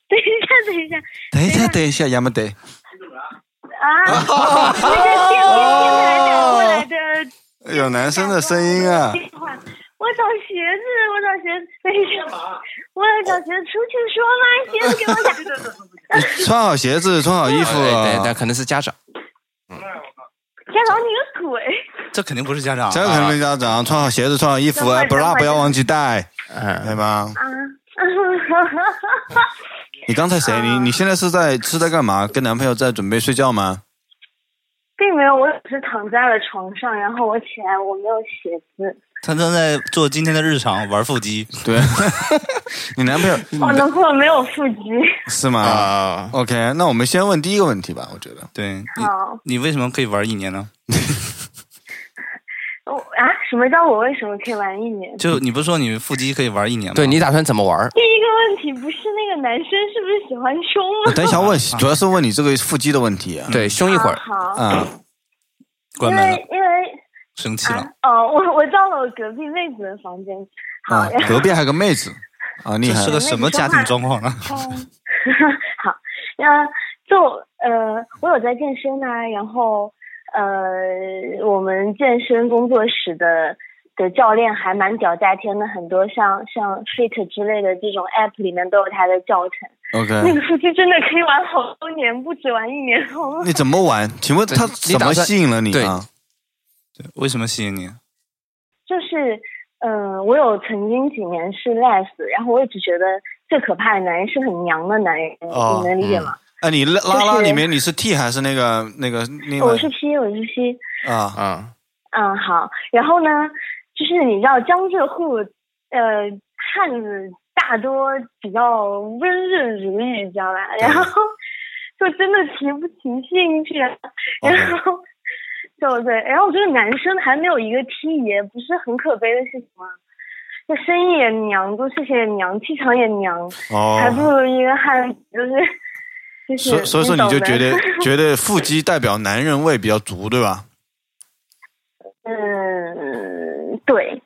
等一下，等一下。等一下，等一下，亚麻得。啊，那个天天天台打过来的有男生的声音啊！ 电话，我我找鞋子，我找鞋子，哎呀，我找鞋子出去说吗？鞋子给我打。穿好鞋子，穿好衣服哎对啊对，对，可能是家长。家长你个鬼！这肯定不是家长啊，这个肯定家长穿好鞋子，穿好衣服，这哎坏这，bra 坏不要忘记带，嗯，对吧？啊，啊你刚才谁？你你现在是在是在干嘛？跟男朋友在准备睡觉吗？并没有，我只是躺在了床上，然后我起来，我没有鞋子。他正在做今天的日常，玩腹肌。对， 你男朋友哦我男朋友没有腹肌。是吗啊， ？OK，那我们先问第一个问题吧，我觉得。对，你好，你为什么可以玩一年呢？我啊，什么叫我为什么可以玩一年？就你不是说你腹肌可以玩一年吗？对你打算怎么玩儿？第一个问题不是那个男生是不是喜欢啊胸我吗？等一下问，主要是问你这个腹肌的问题啊。对，凶一会儿啊。好，啊，关因门了，为因为生气了啊。，哦，我我到了我隔壁妹子的房间。好，啊然，后隔壁还有个妹子啊，厉这害是了个什么家庭状况啊？ 好，那就呃，我有在健身啊，然后呃，我们健身工作室的的教练还蛮屌炸天的，很多像像 Fit 之类的这种 app 里面都有他的教程。那！OK，个腹肌真的可以玩好多年，不止玩一年，好吗？你怎么玩？请问他你怎打么算吸引了你啊？ 为什么吸引你？就是，嗯、我有曾经几年是 less，然后我一直觉得最可怕的男人是很娘的男人，哦你能理解吗？哎，你拉拉拉就是里面你是 T 还是那个那个另外我是 P，我是 P，啊？嗯，嗯，好。然后呢，就是你知道江浙沪，呃，汉子大多比较温润如玉，你知道吧？然后就真的提不起兴趣啊，哦然后。对对，然后我觉得男生还没有一个 T 爷，不是很可悲的事情吗？就声音也娘，做事情也娘，气场也娘，还不哦，如一个汉子，就是就是。所所以说你懂就的觉 得觉得腹肌代表男人味比较足，对吧？嗯，对，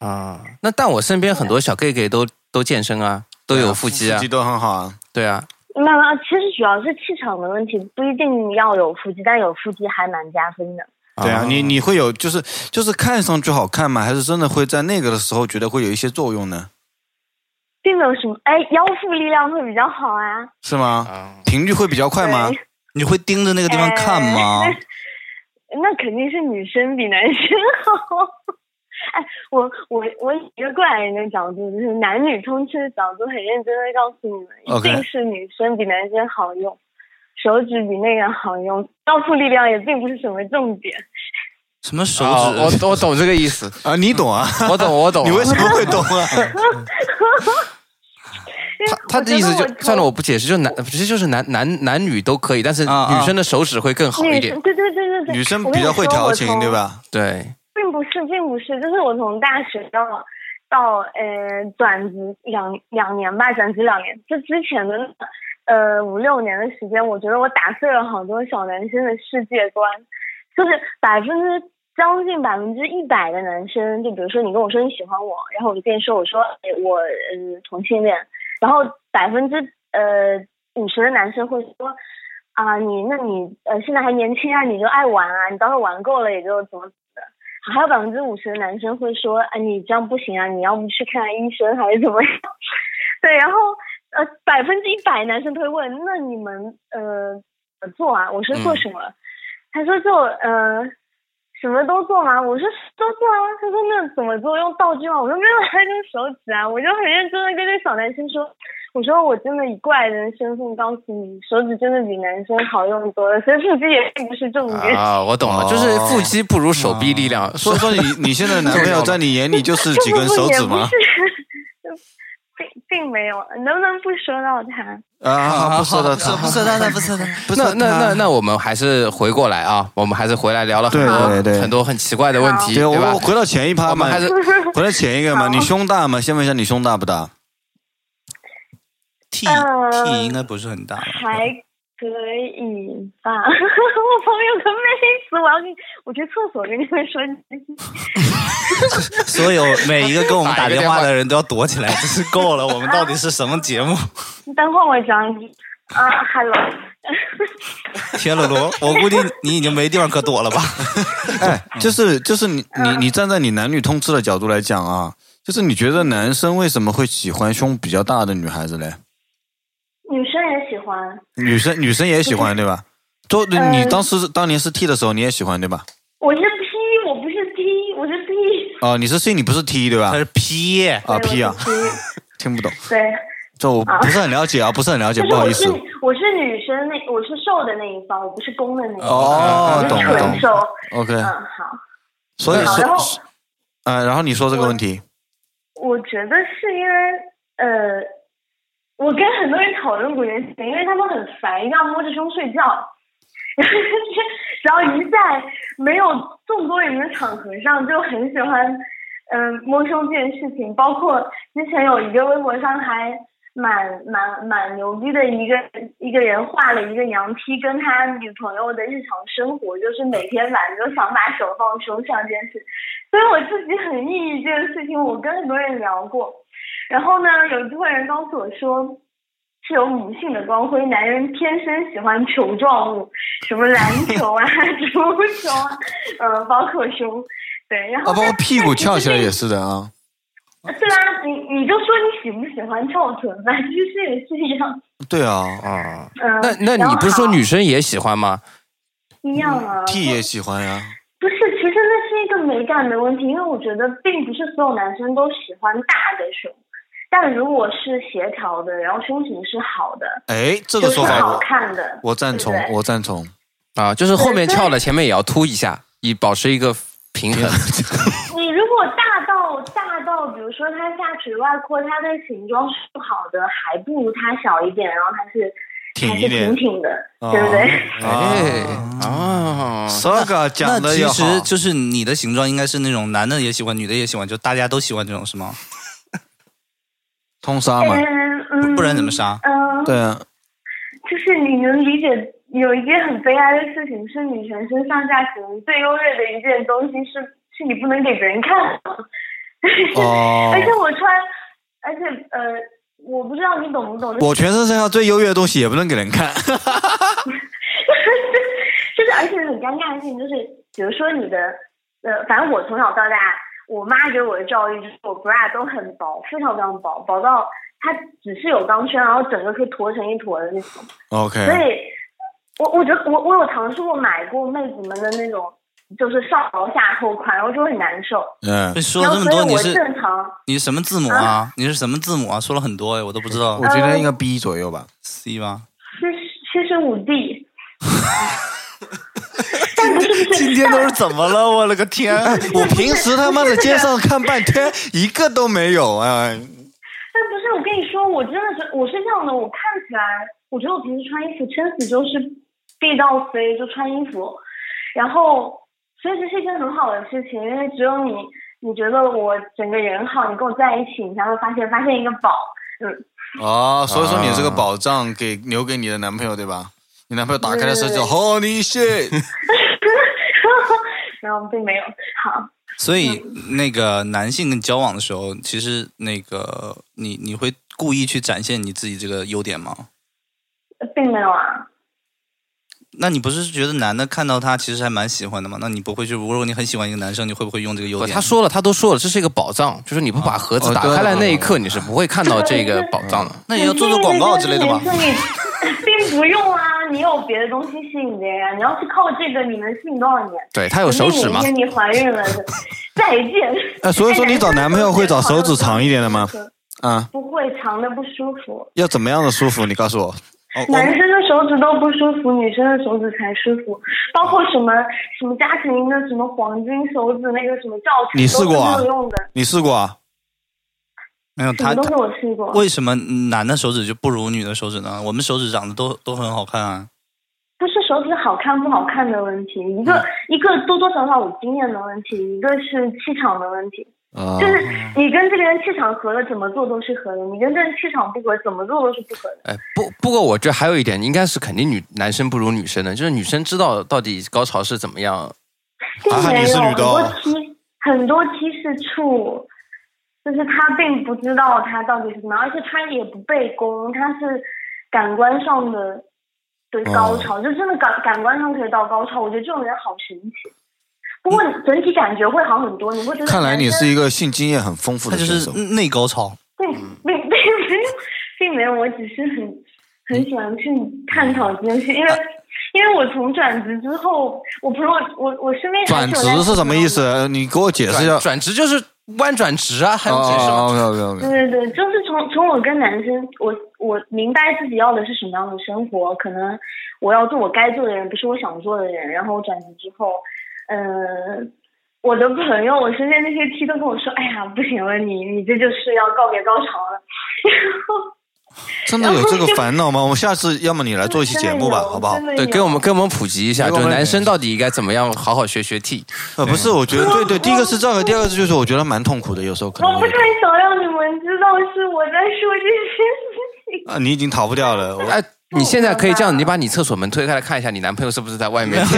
啊，那但我身边很多小 gay gay 都都健身啊，都有腹肌啊腹肌，都很好啊。对啊，那那其实主要是气场的问题，不一定要有腹肌，但有腹肌还蛮加分的。对啊，你你会有就是就是看上去好看吗？还是真的会在那个的时候觉得会有一些作用呢？并没有什么，哎，腰腹力量会比较好啊。是吗？频率会比较快吗？你会盯着那个地方看吗？哎那肯定是女生比男生好。哎，我我我以一个过来人的角度，就是男女通吃的角度，很认真的告诉你们，一 OK 定是女生比男生好用，手指比那个好用，腰腹力量也并不是什么重点。什么手哦指？我我懂这个意思，啊，你懂啊？ 我懂我懂。你为什么会懂啊？因为他我的觉意思得就我算了，我不解释，就男其实就是男男男女都可以，但是啊啊女生的手指会更好一女点生。对对对对 对，女生我跟比你较会说调我情，从对吧？对，并不是，并不是，就是我从大学到到呃转职两两年吧，转职两年，这之前的呃五六年的时间，我觉得我打碎了好多小男生的世界观，就是百分之将近百分之一百的男生，就比如说你跟我说你喜欢我，然后我就跟你说我说哎我呃同性恋，然后百分之呃五十的男生会说。啊，你那你呃现在还年轻啊，你就爱玩啊，你到时候玩够了也就怎么还有百分之五十的男生会说，哎，你这样不行啊，你要不去看看医生还是怎么样？ 对，然后呃，百分之一百男生都会问，那你们呃怎么做啊？我说做什么？他说就呃什么都做吗？我说都做啊。他说那怎么做？用道具吗？我说没有，他用手指啊。 我就很认真的跟这小男生说。我说我真的以过来人的身份告诉你，手指真的比男生好用多了，所以腹肌也并不是重点。啊，我懂了，哦就是腹肌不如手臂力量。所以说你你现在男 朋友在你眼里就是几根手指 吗？不不也不是并并没有，能不能不说到他？ 啊，不说到他，不是那那不是那不是那那那那，我们还是回过来啊，我们还是回来聊了很多对对对很多很奇怪的问题，对，我对吧我？回到前一趴我嘛们，还是回到前一个嘛，你胸大吗？先问一下你胸大不大？ T 呃 T 应该不是很大吧。还可以吧。 我旁边有个妹子，我要跟你我去厕所跟你们说。所有每一个跟我们打电话打一个电话 的人都要躲起来，真是够了。我们到底是什么节目？等会儿我讲你。啊，hello，铁鲁鲁，我估计你已经没地方可躲了吧？ 哎，就是就是你你你站在你男女通吃的角度来讲啊，就是你觉得男生为什么会喜欢胸比较大的女孩子嘞？女生也喜欢，女生女生也喜欢对吧？都嗯你当时当年是 T 的时候你也喜欢对吧？我是 P，我不是 P，我是 P，哦、你是 C 你不是 T 对吧他？是 P，啊 P 啊，对我是 P 听不懂， 对，这我不是很了解啊，不是很了解，可不是好我意思是。我是女生那我是瘦的那一方，我不是攻的那一方，哦我，是懂了懂纯了瘦。 ，OK，嗯，好。所以好说然后，呃，然后你说这个问题，我觉得是因为呃，我跟很多人讨论过这件事情，因为他们很烦，一定要摸着胸睡觉。 只要一在没有众多人的场合上，就很喜欢嗯、摸胸这件事情。包括之前有一个微博上还蛮蛮蛮牛逼的一个一个人画了一个羊批跟他女朋友的日常生活，就是每天晚上都想把手放胸上这件事。所以我自己很抑郁这件事情，我跟很多人聊过。然后呢，有一部分人告诉我说，是有母性的光辉，男人天生喜欢球状物，什么篮球啊、 足球啊，呃，包括胸。对，然后啊，包括屁股翘起来也是。是的啊。对啊，你你就说你喜不喜欢翘臀吧，其实也是一样。对啊，啊，嗯，那那然你后不是说好女生也喜欢吗？一样啊 T 也喜欢呀、不是，其实那是一个美感的问题，因为我觉得并不是所有男生都喜欢大的胸，但如果是协调的，然后胸型是好的，哎，这就个是说法好我看的。我赞同对不，对我赞同。啊，就是后面翘了，前面也要凸一下，以保持一个平衡。你如果大到大到，比如说他下垂外扩，他的形状是不好的，还不如他小一点，然后他是挺还一是点啊挺挺的，对不对？ 哎，哦，这个讲那的其也好，实就是你的形状应该是那种男的也喜欢，女的也喜欢，就大家都喜欢这种是吗？通杀嘛。嗯 嗯，不然怎么杀？嗯，对啊，就是你能理解有一件很悲哀的事情，是女全身上下行最优越的一件东西是，是你不能给别人看的。哦 而且我穿，而且呃，我不知道你懂不懂，我全身上下最优越的东西也不能给人看。 就是而且很尴尬的事情就是，比如说你的呃，反正我从小到大，我妈给我的教育就是我 bra 都很薄，非常非常薄，薄到它只是有钢圈，然后整个可以坨成一坨的那种。所 OK，以，嗯我我觉得我我有尝试过买过妹子们的那种，就是上薄下厚款，然后就会很难受。嗯，说然了后这么多，你所以我是正常，你是什么字母啊？你是什么字母啊？说了很多哎，我都不知道我。觉得应该 B 左右吧。 C 吧？七七十五 D。但不是不是，今天都是怎么了？我了个天！哎哎我平时他妈的街上看半天，一个都没有哎。但不是，我跟你说，我真的是我是这样的，我看起来，我觉得我平时穿衣服撑死就是地到飞，就穿衣服，然后所以这是一件很好的事情，因为只有你你觉得我整个人好，你跟我在一起，你才会发现发现一个宝，嗯。哦，所以说你这个宝藏给留给你的男朋友对吧？你男朋友打开的时候就对 Holy shit！ 然后并没有好，所以那个男性跟你交往的时候，其实那个你你会故意去展现你自己这个优点吗？并没有啊。那你不是觉得男的看到他其实还蛮喜欢的吗？那你不会去，如果你很喜欢一个男生，你会不会用这个优不点？他说了，他都说了，这是一个宝藏，就是你不把盒子打开来那一刻，你是不会看到这个宝藏嗯的。那也要做做广告之类的吧？你并不用啊，你有别的东西吸引别人啊，你要是靠这个，你能吸引多少年？ 对他有手指嘛肯定？有一天你怀孕了，就再见。 哎，所以说你找男朋友会找手指长一点的吗？对啊，不会，长的不舒服。要怎么样的舒服？你告诉我。哦，我男生的手指都不舒服，女生的手指才舒服。包括什么什么家庭的什么黄金手指那个什么教程，你试过啊都是没有用的，你试过啊？没有什他么，东西我试过。为什么男的手指就不如女的手指呢？我们手指长得都都很好看啊。不是手指好看不好看的问题，一个、嗯一个多多少少有经验的问题，一个是气场的问题。啊就是你跟这个人气场合了，怎么做都是合的；你跟这人气场不合，怎么做都是不合的。哎，不不过我觉得还有一点，应该是肯定女男生不如女生的，就是女生知道到底高潮是怎么样。并啊没你是有女很的哦多 T，很多 T 是处，就是他并不知道他到底是什么样，而且他也不背攻，他是感官上的的啊高潮，就真的感感官上可以到高潮。我觉得这种人好神奇。不过整体感觉会好很多，你会觉得看来你男生是一个性经验很丰富的选嗯手。内高潮，对，嗯并并没有，并没有，我只是很很喜欢去探讨这件事，因为哎因为我从转职之后，我朋友我我身边还转是有职在是什么意思？嗯呃你给我解释一下转。转职就是弯转职啊，还哦有解释吗？哦，OK OK 对 OK。对对，就是从从我跟男生，我我明白自己要的是什么样的生活，可能我要做我该做的人，不是我想做的人。然后我转职之后，嗯、我的朋友，我身边那些 T 都跟我说，哎呀，不行了，你你这就是要告别高潮了。然后真的有这个烦恼吗？我下次要么你来做一期节 目吧，嗯好不好？对，给我们给我们普及一下，就给我们是男生到底应该怎么样好好学学 T。呃，不是，我觉得对对，第一个是这个，第二个就是我觉得蛮痛苦的，有时候可嗯我能不会太想让你们知道是我在说这些事情。啊，你已经逃不掉了。我哎，你现在可以这样，你把你厕所门推开来看一下，你男朋友是不是在外 面？ 他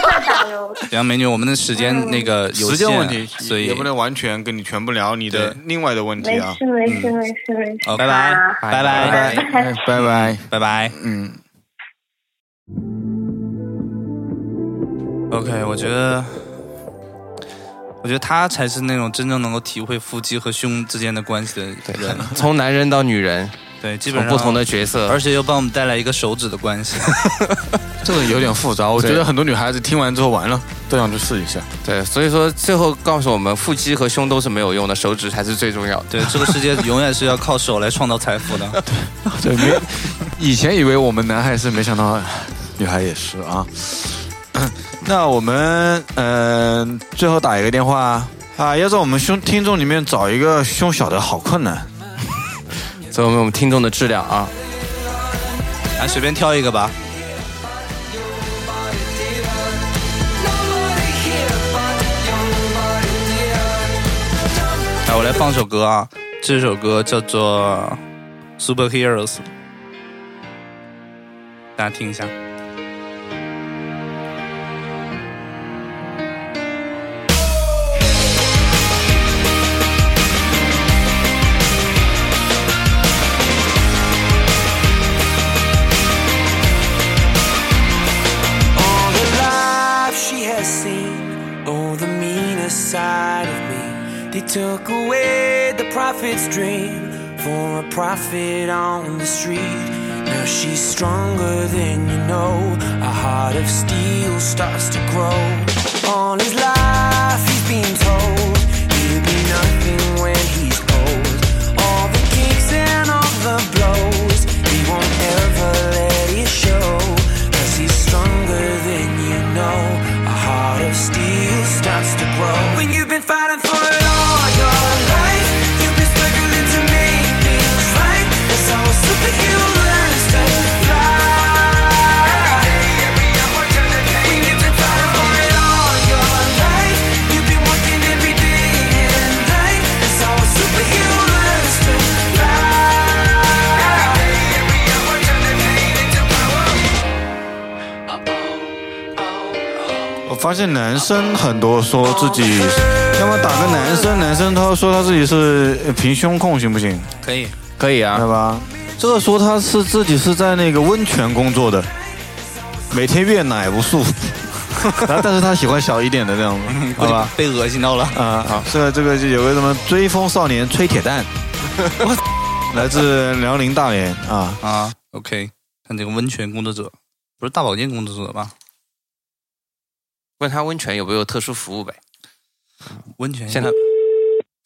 在打游，行，美女，我们的时间那个有时间限问题，所以也不能完全跟你全部聊你的对另外的问题没啊。事没事没事没事。嗯好拜拜啊拜拜拜拜哎拜拜，拜拜。嗯， OK，我觉得，我觉得他才是那种真正能够体会腹肌和胸之间的关系的人。从男人到女人， 对，基本从上不同的，角色而，且又帮我们带来一个手指的关系。这个有点复杂，我觉得很多女孩子听完之后完了都想去试一下。对，所以说最后告诉我们，腹肌和胸都是没有用的，手指才是最重要的。对，这个世界永远是要靠手来创造财富 的。 对，没以前以为我们男孩是，没想到女孩也是啊。 那我们嗯、最后打一个电话啊，要在我们胸听众里面找一个胸小的好困难。所以我们听众的质量啊，来，随便挑一个吧。来，我来放首歌啊，这首歌叫做《Superheroes》，大家听一下。 All the life she has seen, oh, the meanest side of me. They took away the prophet's dream for a prophet on the street. Now she's stronger than you know. A heart of steel starts to grow. All his life he's been told he'll be nothing when he's old. All the kicks and all the blows, he won't ever let it show. Cause he's stronger than you know. A heart of steel starts to grow. When you've been fighting for it all your life, you've been struggling to make things right. That's how a superhero learns to fly. When you've been fighting for it all your life, you've been working every day and night. That's how a superhero learns to fly. 我发现男生很多说自己，要么打个男生，男生他说他自己是呃平胸控，行不行？可以，可以啊对。吧？这个说他是自己是在那个温泉工作的，每天月奶无数，然后但是 他喜欢小一点的那种，好估计吧？被恶心到了。啊，嗯好，这个这个就有个什么追风少年崔铁 蛋，来自辽宁大连啊，啊，OK，看这个温泉工作者，不是大保健工作者吧？问他温泉有没有特殊服务呗？温泉现在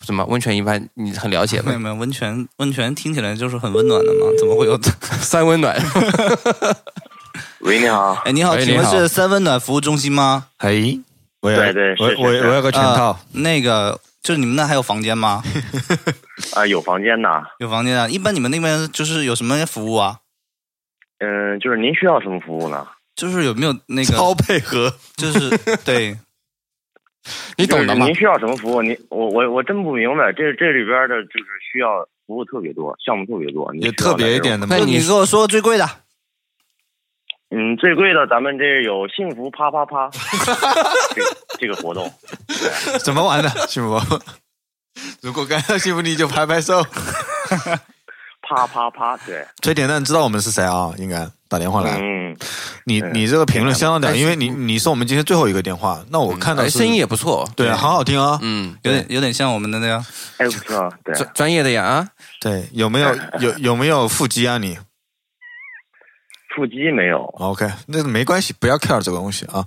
什么温泉一般你很了解 没有呗？没有温泉，温泉听起来就是很温暖的嘛，怎么会有？ 三温 暖，喂，你好。哎，你好，喂请问你好是三温暖服务中心吗？嘿，我有对对我是我是是我有个全套啊，那个就是你们那还有房间吗？啊、有房间的。有房间啊？一般你们那边就是有什么服务啊？嗯、就是您需要什么服务呢？就是有没有那超个？配合，就是对，你懂的就是嘛哎您？需要什么服务？您我我我真不明白，这这里边的就是需要服务特别多，项目特别多，您也需要特别一点哪种。的嘛那。你给我说个最贵的，嗯，最贵的咱们这有幸福啪 啪啪，这个这个活动。怎么 玩的，幸福？如果感到幸福，你就拍拍手。啪啪啪，对，崔典蛋知道我们是谁啊？应该打电话来。嗯，你你这个评论相当屌，因为你你是我嗯们今天最后一个电话，那我看到哎是声音也不错，对，好好听啊。嗯，有点有点像我们的那样，哎，不错，对，专专业的呀啊，对，有 没有有有没有腹肌啊你？腹肌没有。 OK，那没关系，不要 care 这个东西 啊。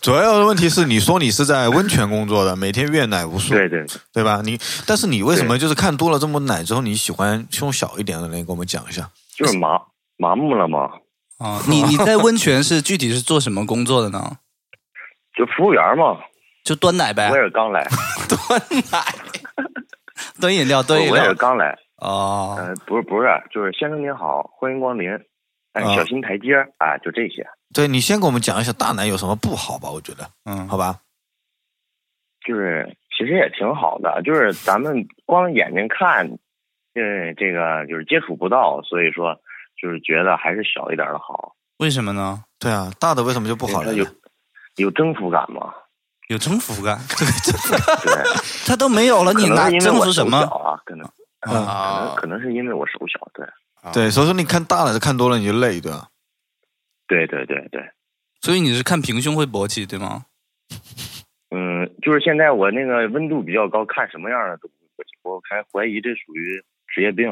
主要的问题是，你说你是在温泉工作的，每天月奶无数，对对对吧？你，但是你为什么就是看多了这么多奶之后，你喜欢胸小一点的人？给我们讲一下。就是麻麻木了嘛，啊，你你在温泉是具体是做什么工作的呢？就服务员嘛，就端奶呗我。也是刚来，端饮料，端饮我也料是。刚来。哦，呃，不是不是，就是先生您好，欢迎光临，哎，啊小心台阶儿啊，就这些，对你先给我们讲一下大奶有什么不好吧？我觉得，嗯，好吧，就是其实也挺好的，就是咱们光眼睛看，呃，这个就是接触不到，所以说就是觉得还是小一点儿的好，为什么呢？对啊，大的为什么就不好了？有有征服感嘛。有征服 感，对，他都没有了，你可能拿是因为征我服什手么小？啊？可能啊，可能可能是因为我手小，对，对，所以说你看大奶看多了你就累，对吧？对对对对，所以你是看平胸会勃起对吗？嗯，就是现在我那个温度比较高，看什么样的都不会，我还怀疑这属于职业病。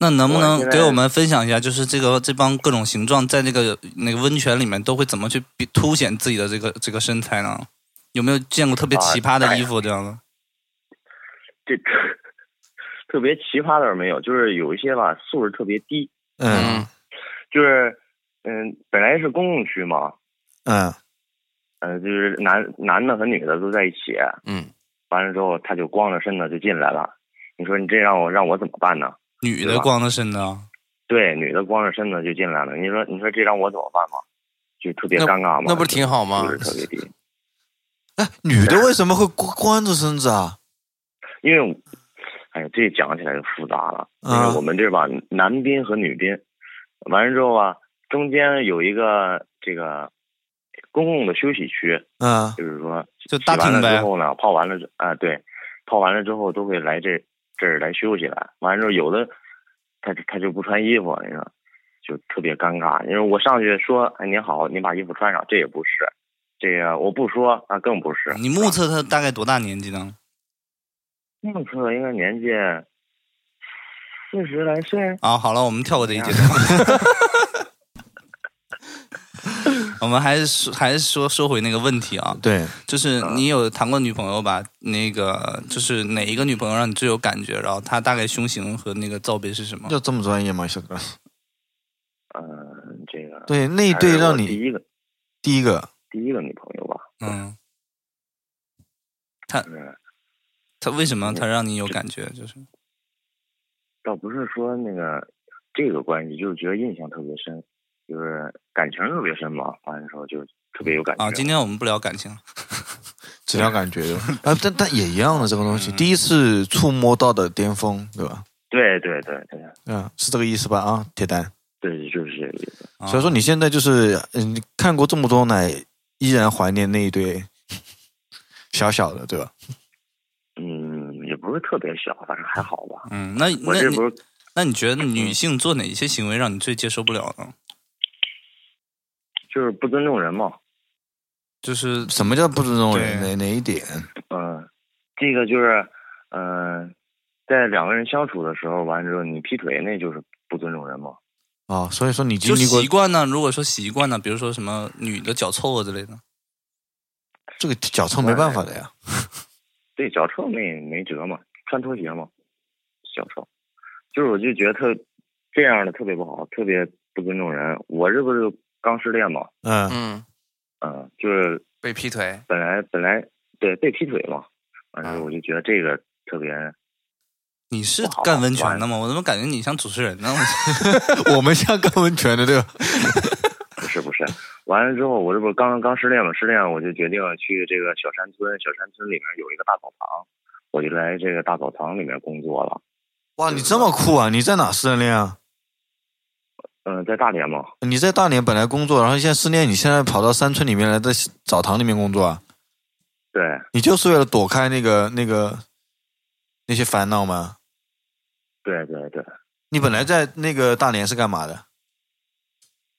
那能不我能现在给我们分享一下，就是这个这帮各种形状在这个那个温泉里面都会怎么去比凸显自己的这个这个身材呢？有没有见过特别啊奇葩哎的呀衣服这样的？这 特别奇葩倒是没有，就是有一些吧素质特别低，嗯就是嗯，本来是公共区嘛，嗯呃，就是男男的和女的都在一起，嗯，完了之后他就光着身子就进来了，你说你这让我让我怎么办呢？女对的吧光着身子啊，对，女的光着身子就进来了，你说你说这让我怎么办嘛？就特别那尴尬嘛，那不是挺好吗素？质特 别低。女的为什么会光光着身子啊？因为我，哎呀，这讲起来就复杂了。因啊为我们这儿吧，男宾和女宾，完了之后啊，中间有一个这个公共的休息区，嗯，就是说就洗大完厅了之呗。后呢，泡完了之啊，对，泡完了之后都会来这这儿来休息来。完了之后，有的他他就不穿衣服，你说就特别尴尬。因为我上去说，哎，您好，您把衣服穿上，这也不是，这个我不说，那更不是。啊你目测他大概多大年纪呢？目测应该年纪四十来岁。啊，好了，我们跳过这一阶段。 我们还是说还是说说回那个问题啊，对，就是你有谈过女朋友吧？那个就是哪一个女朋友让你最有感觉？然后她大概胸型和那个罩杯是什么？要这么专业吗，小哥？嗯，这个对，那一还对是我让你第一个第一个，第一个女朋友吧，嗯，她嗯，她为什么她让你有感觉？就是倒不是说那个这个关系，就是觉得印象特别深，就是感情特别深嘛，完了之后就特别有感觉。啊，今天我们不聊感情，只聊感觉的啊，但但也一嗯样的这个东西，第一次触摸到的巅峰，对吧？对对对对嗯，是这个意思吧？啊，铁蛋，对，就是这个意思。啊所以说你现在就是嗯，看过这么多奶，依然怀念那一 对小小的，对吧？嗯，也不是特别小，反正还好吧。嗯，那我那这你不是那你觉得女性做哪一些行为让你最接受不了呢？就是不尊重人嘛，就是什么叫不尊重人？对哪哪一点？嗯，这个就是，嗯、在两个人相处的时候，完了之后你劈腿，那就是不尊重人嘛。啊，所以说你经就历过习惯呢？如果说习惯呢，比如说什么女的脚臭啊之类的，这个脚臭没办法的呀。对，脚臭没没辙嘛，穿拖鞋嘛，脚臭。就是我就觉得特这样的特别不好，特别不尊重人。我这不是刚失恋嘛，嗯，嗯，嗯，就是被劈腿，本来本来对被劈腿嘛，完了之后我就觉得这个特别你是不好干温泉的吗？我怎么感觉你像主持人呢？我我们像干温泉的，对吧？不是不是。完了之后，我这不是刚刚失恋嘛，失恋我就决定去这个小山村，小山村里面有一个大澡堂，我就来这个大澡堂里面工作了。哇，你这么酷啊！你在哪失恋啊？嗯，在大连嘛，你在大连本来工作，然后现在失恋，你现在跑到山村里面来，在澡堂里面工作啊？对，你就是为了躲开那个那个那些烦恼吗？对对对，你本来在那个大连是干嘛的？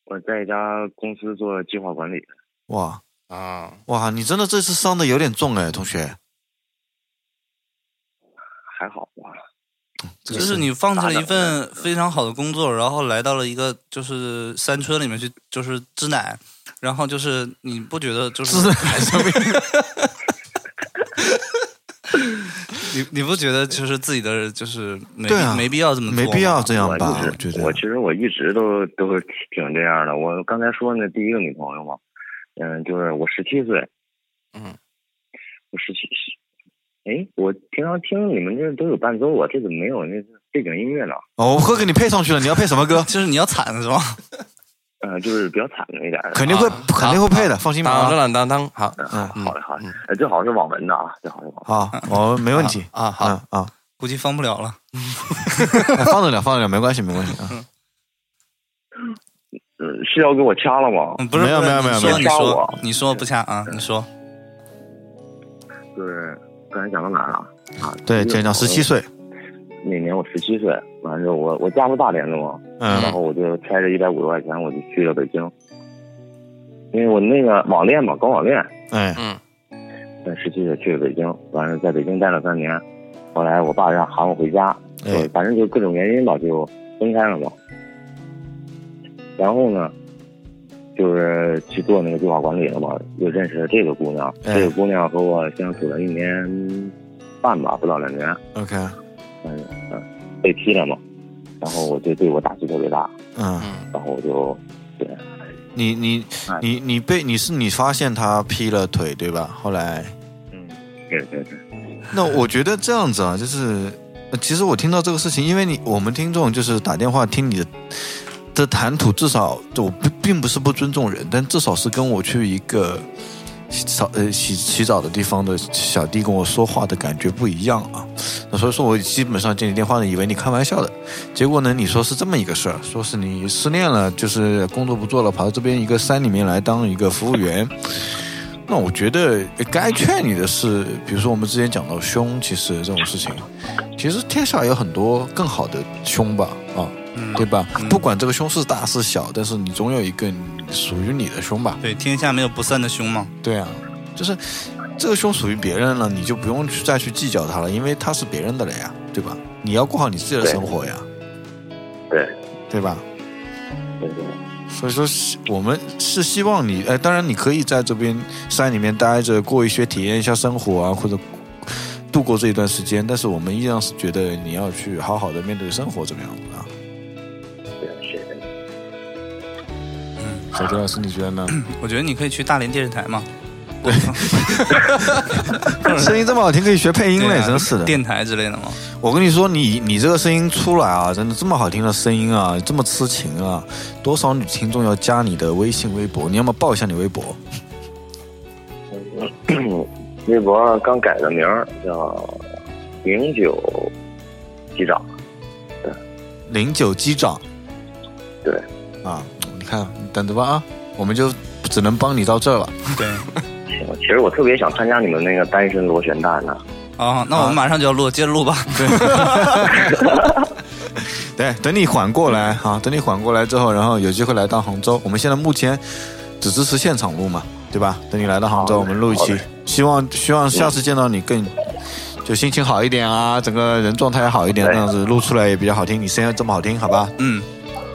我在一家公司做计划管理的。哇啊哇，你真的这次伤的有点重哎，同学。还好吧。就是你放弃了一份非常好的工作，然后来到了一个就是山村里面去，就是支奶，然后就是你不觉得就是支奶 上面，你你不觉得就是自己的就是没、对啊没必要这么做吗，我一直我其实我一直都都挺这样的。我刚才说那第一个女朋友嘛，嗯，就是我十七岁，嗯，我十七，哎，我平常听你们这都有伴奏啊，这怎么没有那背景音乐呢？哦，我歌给你配上去了，你要配什么歌？就是你要惨的是吗？嗯，就是比较惨的一点的，肯定会，肯定会配的，放心吧。啊当当当当，好，嗯，好嘞，好嘞，呃最好是网文的啊，最好是网好，我没问题啊， 好啊，估计放不了了。哎放得了，放得了，没关系，没关系啊。嗯，是要给我掐了吗？嗯不是，没有不是没有没有你说没你有说你说不掐啊？你说就是刚才讲到哪儿了？啊，对，这叫十七岁，那年我十七岁，完了之后我我家不大连的嘛，嗯然后我就揣着一百五十块钱，我就去了北京，因为我那个网恋嘛，搞网恋，哎，嗯，在十七岁去了北京，完了在北京待了三年，后来我爸让喊我回家，哎反正就各种原因吧，就分开了嘛。然后呢，就是去做那个计划管理了嘛，又认识了这个姑娘，哎这个姑娘和我相处了一年半吧，不到两年， OK，嗯嗯，被踢了嘛，然后我就对我打击特别大，嗯，然后我就对你你你你被你是你发现他劈了腿对吧？后来，嗯对对对， 那我觉得这样子啊，就是呃其实我听到这个事情，因为你我们听众就是打电话听你的的谈吐，至少我并并不是不尊重人，但至少是跟我去一个洗澡呃洗洗澡的地方的小弟跟我说话的感觉不一样啊。那所以说我基本上接你电话呢，以为你开玩笑的，结果呢，你说是这么一个事儿，说是你失恋了，就是工作不做了，跑到这边一个山里面来当一个服务员。那我觉得呃该劝你的是，比如说我们之前讲到凶，其实这种事情，其实天下有很多更好的凶吧，啊，对吧？不管这个凶是大是小，但是你总有一个属于你的凶吧。对，天下没有不散的凶嘛。对啊，就是这个凶属于别人了，你就不用去再去计较它了，因为它是别人的了呀，对吧？你要过好你自己的生活呀，对对吧？对对。所以说是，我们是希望你，哎，当然你可以在这边山里面待着，过一些体验一下生活啊，或者度过这一段时间。但是我们依然是觉得你要去好好的面对生活，怎么样子啊？对是的。嗯小周老师，你觉得呢？我觉得你可以去大连电视台嘛，声音这么好听，可以学配音对嘞，啊真是的。电台之类的嘛。我跟你说，你你这个声音出来啊，真的这么好听的声音啊，这么痴情啊，多少女听众要加你的微信、微博？你要么报一下你微博？微博刚改的名儿叫零九机长，零九机长对，啊，你看，你等着吧啊，我们就只能帮你到这儿了。对，行。其实我特别想参加你们那个单身螺旋蛋呢。啊，那我们马上就要录，接着录吧。对，等你缓过来啊，等你缓过来之后，然后有机会来到杭州，我们现在目前只支持现场录嘛，对吧？等你来到杭州，我们录一期，希望希望下次见到你更就心情好一点啊，整个人状态也好一点，这样子录出来也比较好听。你声音这么好听，好吧？嗯，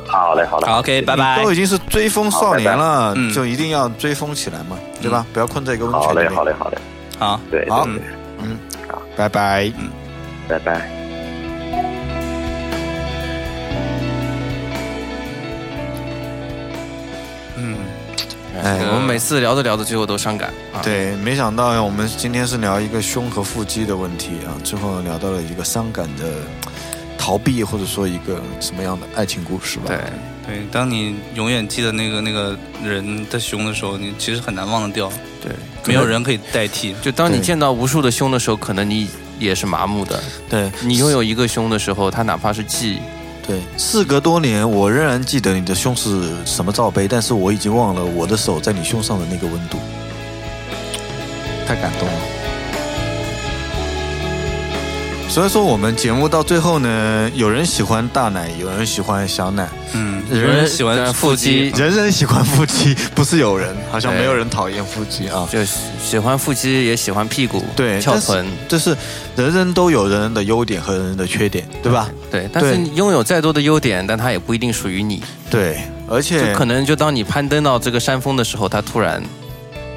好嘞，好嘞。 OK，拜拜。都已经是追风少年好了拜拜嗯，嗯就一定要追风起来嘛，对吧？不要困在一个温泉好里嘞，面。好嘞，好嘞。好，er 对，好对，嗯，拜拜，嗯拜 er 拜。嗯，哎我们每次聊着聊着，最后都伤感。啊，对，没想到我们今天是聊一个胸和腹肌的问题啊，最后聊到了一个伤感的逃避，或者说一个什么样的爱情故事吧。对，对，当你永远记得那个那个人的凶的时候，你其实很难忘得掉。对，没有人可以代替。就当你对见到无数的胸的时候，可能你也是麻木的。对你拥有一个胸的时候，它哪怕是记忆，对，事隔多年，我仍然记得你的胸是什么罩杯，但是我已经忘了我的手在你胸上的那个温度。太感动了。所以说我们节目到最后呢，有人喜欢大奶，有人喜欢小奶，嗯，有人喜欢腹肌人人喜欢腹肌，不是有人，好像没有人讨厌腹肌啊，就喜欢腹肌也喜欢屁股，对，翘臀，这是人人都有人人的优点和人人的缺点，对吧？对，但是你拥有再多的优点，但它也不一定属于你。对，而且就可能就当你攀登到这个山峰的时候，它突然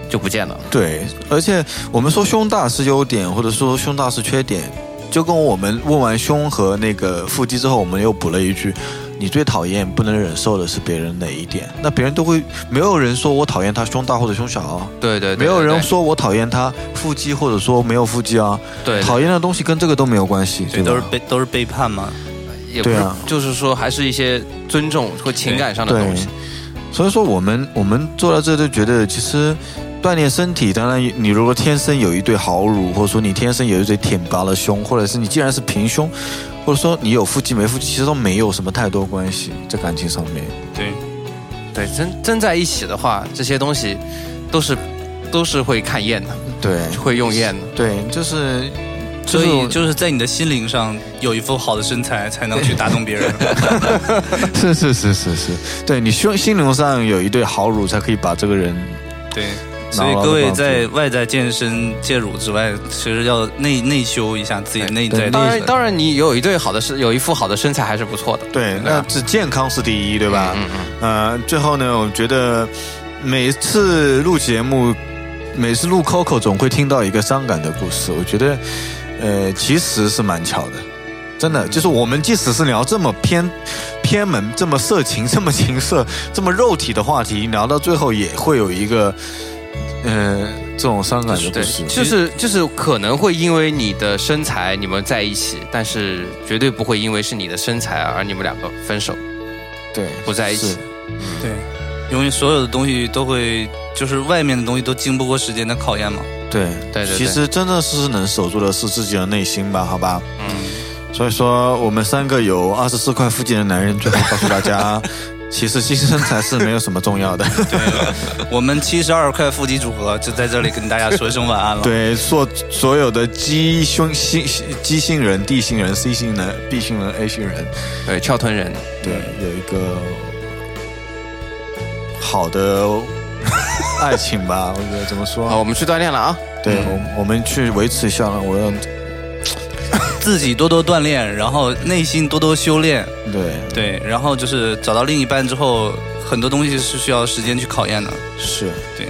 就不见了。对，而且我们说胸大是优点，或者说胸大是缺点，就跟我们问完胸和那个腹肌之后，我们又补了一句：你最讨厌、不能忍受的是别人哪一点？那别人都会，没有人说我讨厌他胸大或者胸小啊，对对对，没有人对说我讨厌他腹肌或者说没有腹肌啊，对对讨厌的东西跟这个都没有关系，对对，都吧是？背都是背叛嘛。也不是对啊就是说还是一些尊重或情感上的东西。所以说，我们我们做到这就觉得，其实锻炼身体，当然你如果天生有一对豪乳，或者说你天生有一对挺拔的胸，或者是你既然是平胸，或者说你有腹肌没腹肌，其实都没有什么太多关系，在感情上面。对，对，真真在一起的话，这些东西都是都是会看厌的， 对，会用厌的。对，就是就所是以我就是在你的心灵上有一副好的身材，才能去打动别 人。 是是是是是，对你胸心灵上有一对豪乳，才可以把这个人 对，所以挠挠各位棒子在外在健身戒乳之外，其实要内内修一下自己内在的。当然，当然，你有一对好的身，有一副好的身材还是不错的。对，啊那是健康是第一，对吧？嗯嗯。呃，最后呢，我觉得每次录节目，每次录 Coco 总会听到一个伤感的故事，我觉得，呃，其实是蛮巧的。真嗯的，就是我们即使是聊这么偏偏门、这么色情、这么情色、这么肉体的话题，聊到最后也会有一个，呃，这种伤感的故对事，，就是就是可能会因为你的身材你们在一起，但是绝对不会因为是你的身材而你们两个分手，对，不在一起。对，因为所有的东西都会，就是外面的东西都经不过时间的考验嘛。对对对其实真正是能守住的是自己的内心吧，好吧？嗯，所以说我们三个有二十四块腹肌的男人，最后告诉大家， 其实牺牲才是没有什么 重要的。我们七十二块腹肌组合就在这里跟大家说一声 晚安了。对，所所有的鸡胸心鸡星人、D 星人、C 星人、B 星人、A 星人，对，翘臀人，对，有一个 好的爱情吧，我觉得怎么说？好，我们去锻炼了啊！对，我我们去维持一下了，我要自己多多锻炼，然后内心多多修炼。对对，然后就是找到另一半之后，很多东西是需要时间去考验的。是对，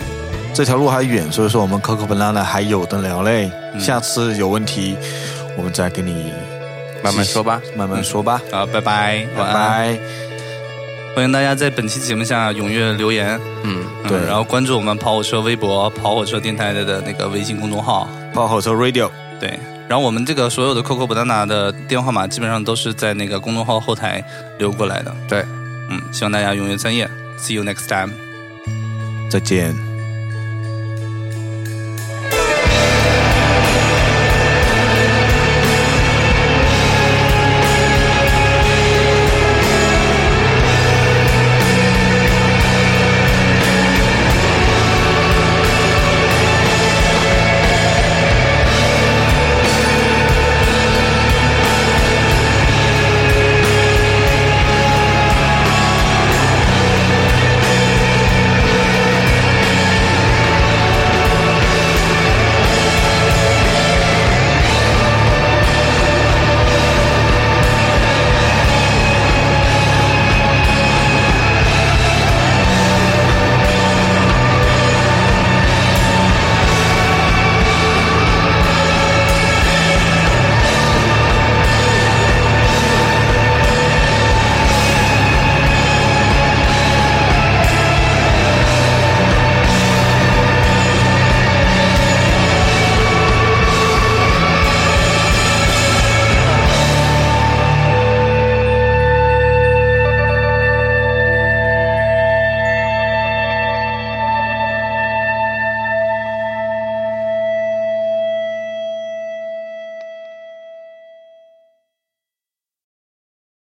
这条路还远，所以说我们 Coco Banana 还有的聊嘞。嗯下次有问题，我们再跟你慢慢说吧，慢慢说吧。好，啊拜拜，晚安。欢迎大家在本期节目下踊跃留言，嗯，对然后关注我们跑火车微博、跑火车电台的的那个微信公众号，跑火车 Radio，对。然后我们这个所有的 Coco Banana 的电话号码基本上都是在那个公众号后台留过来的，对，嗯，希望大家踊跃参与，See you next time。再见。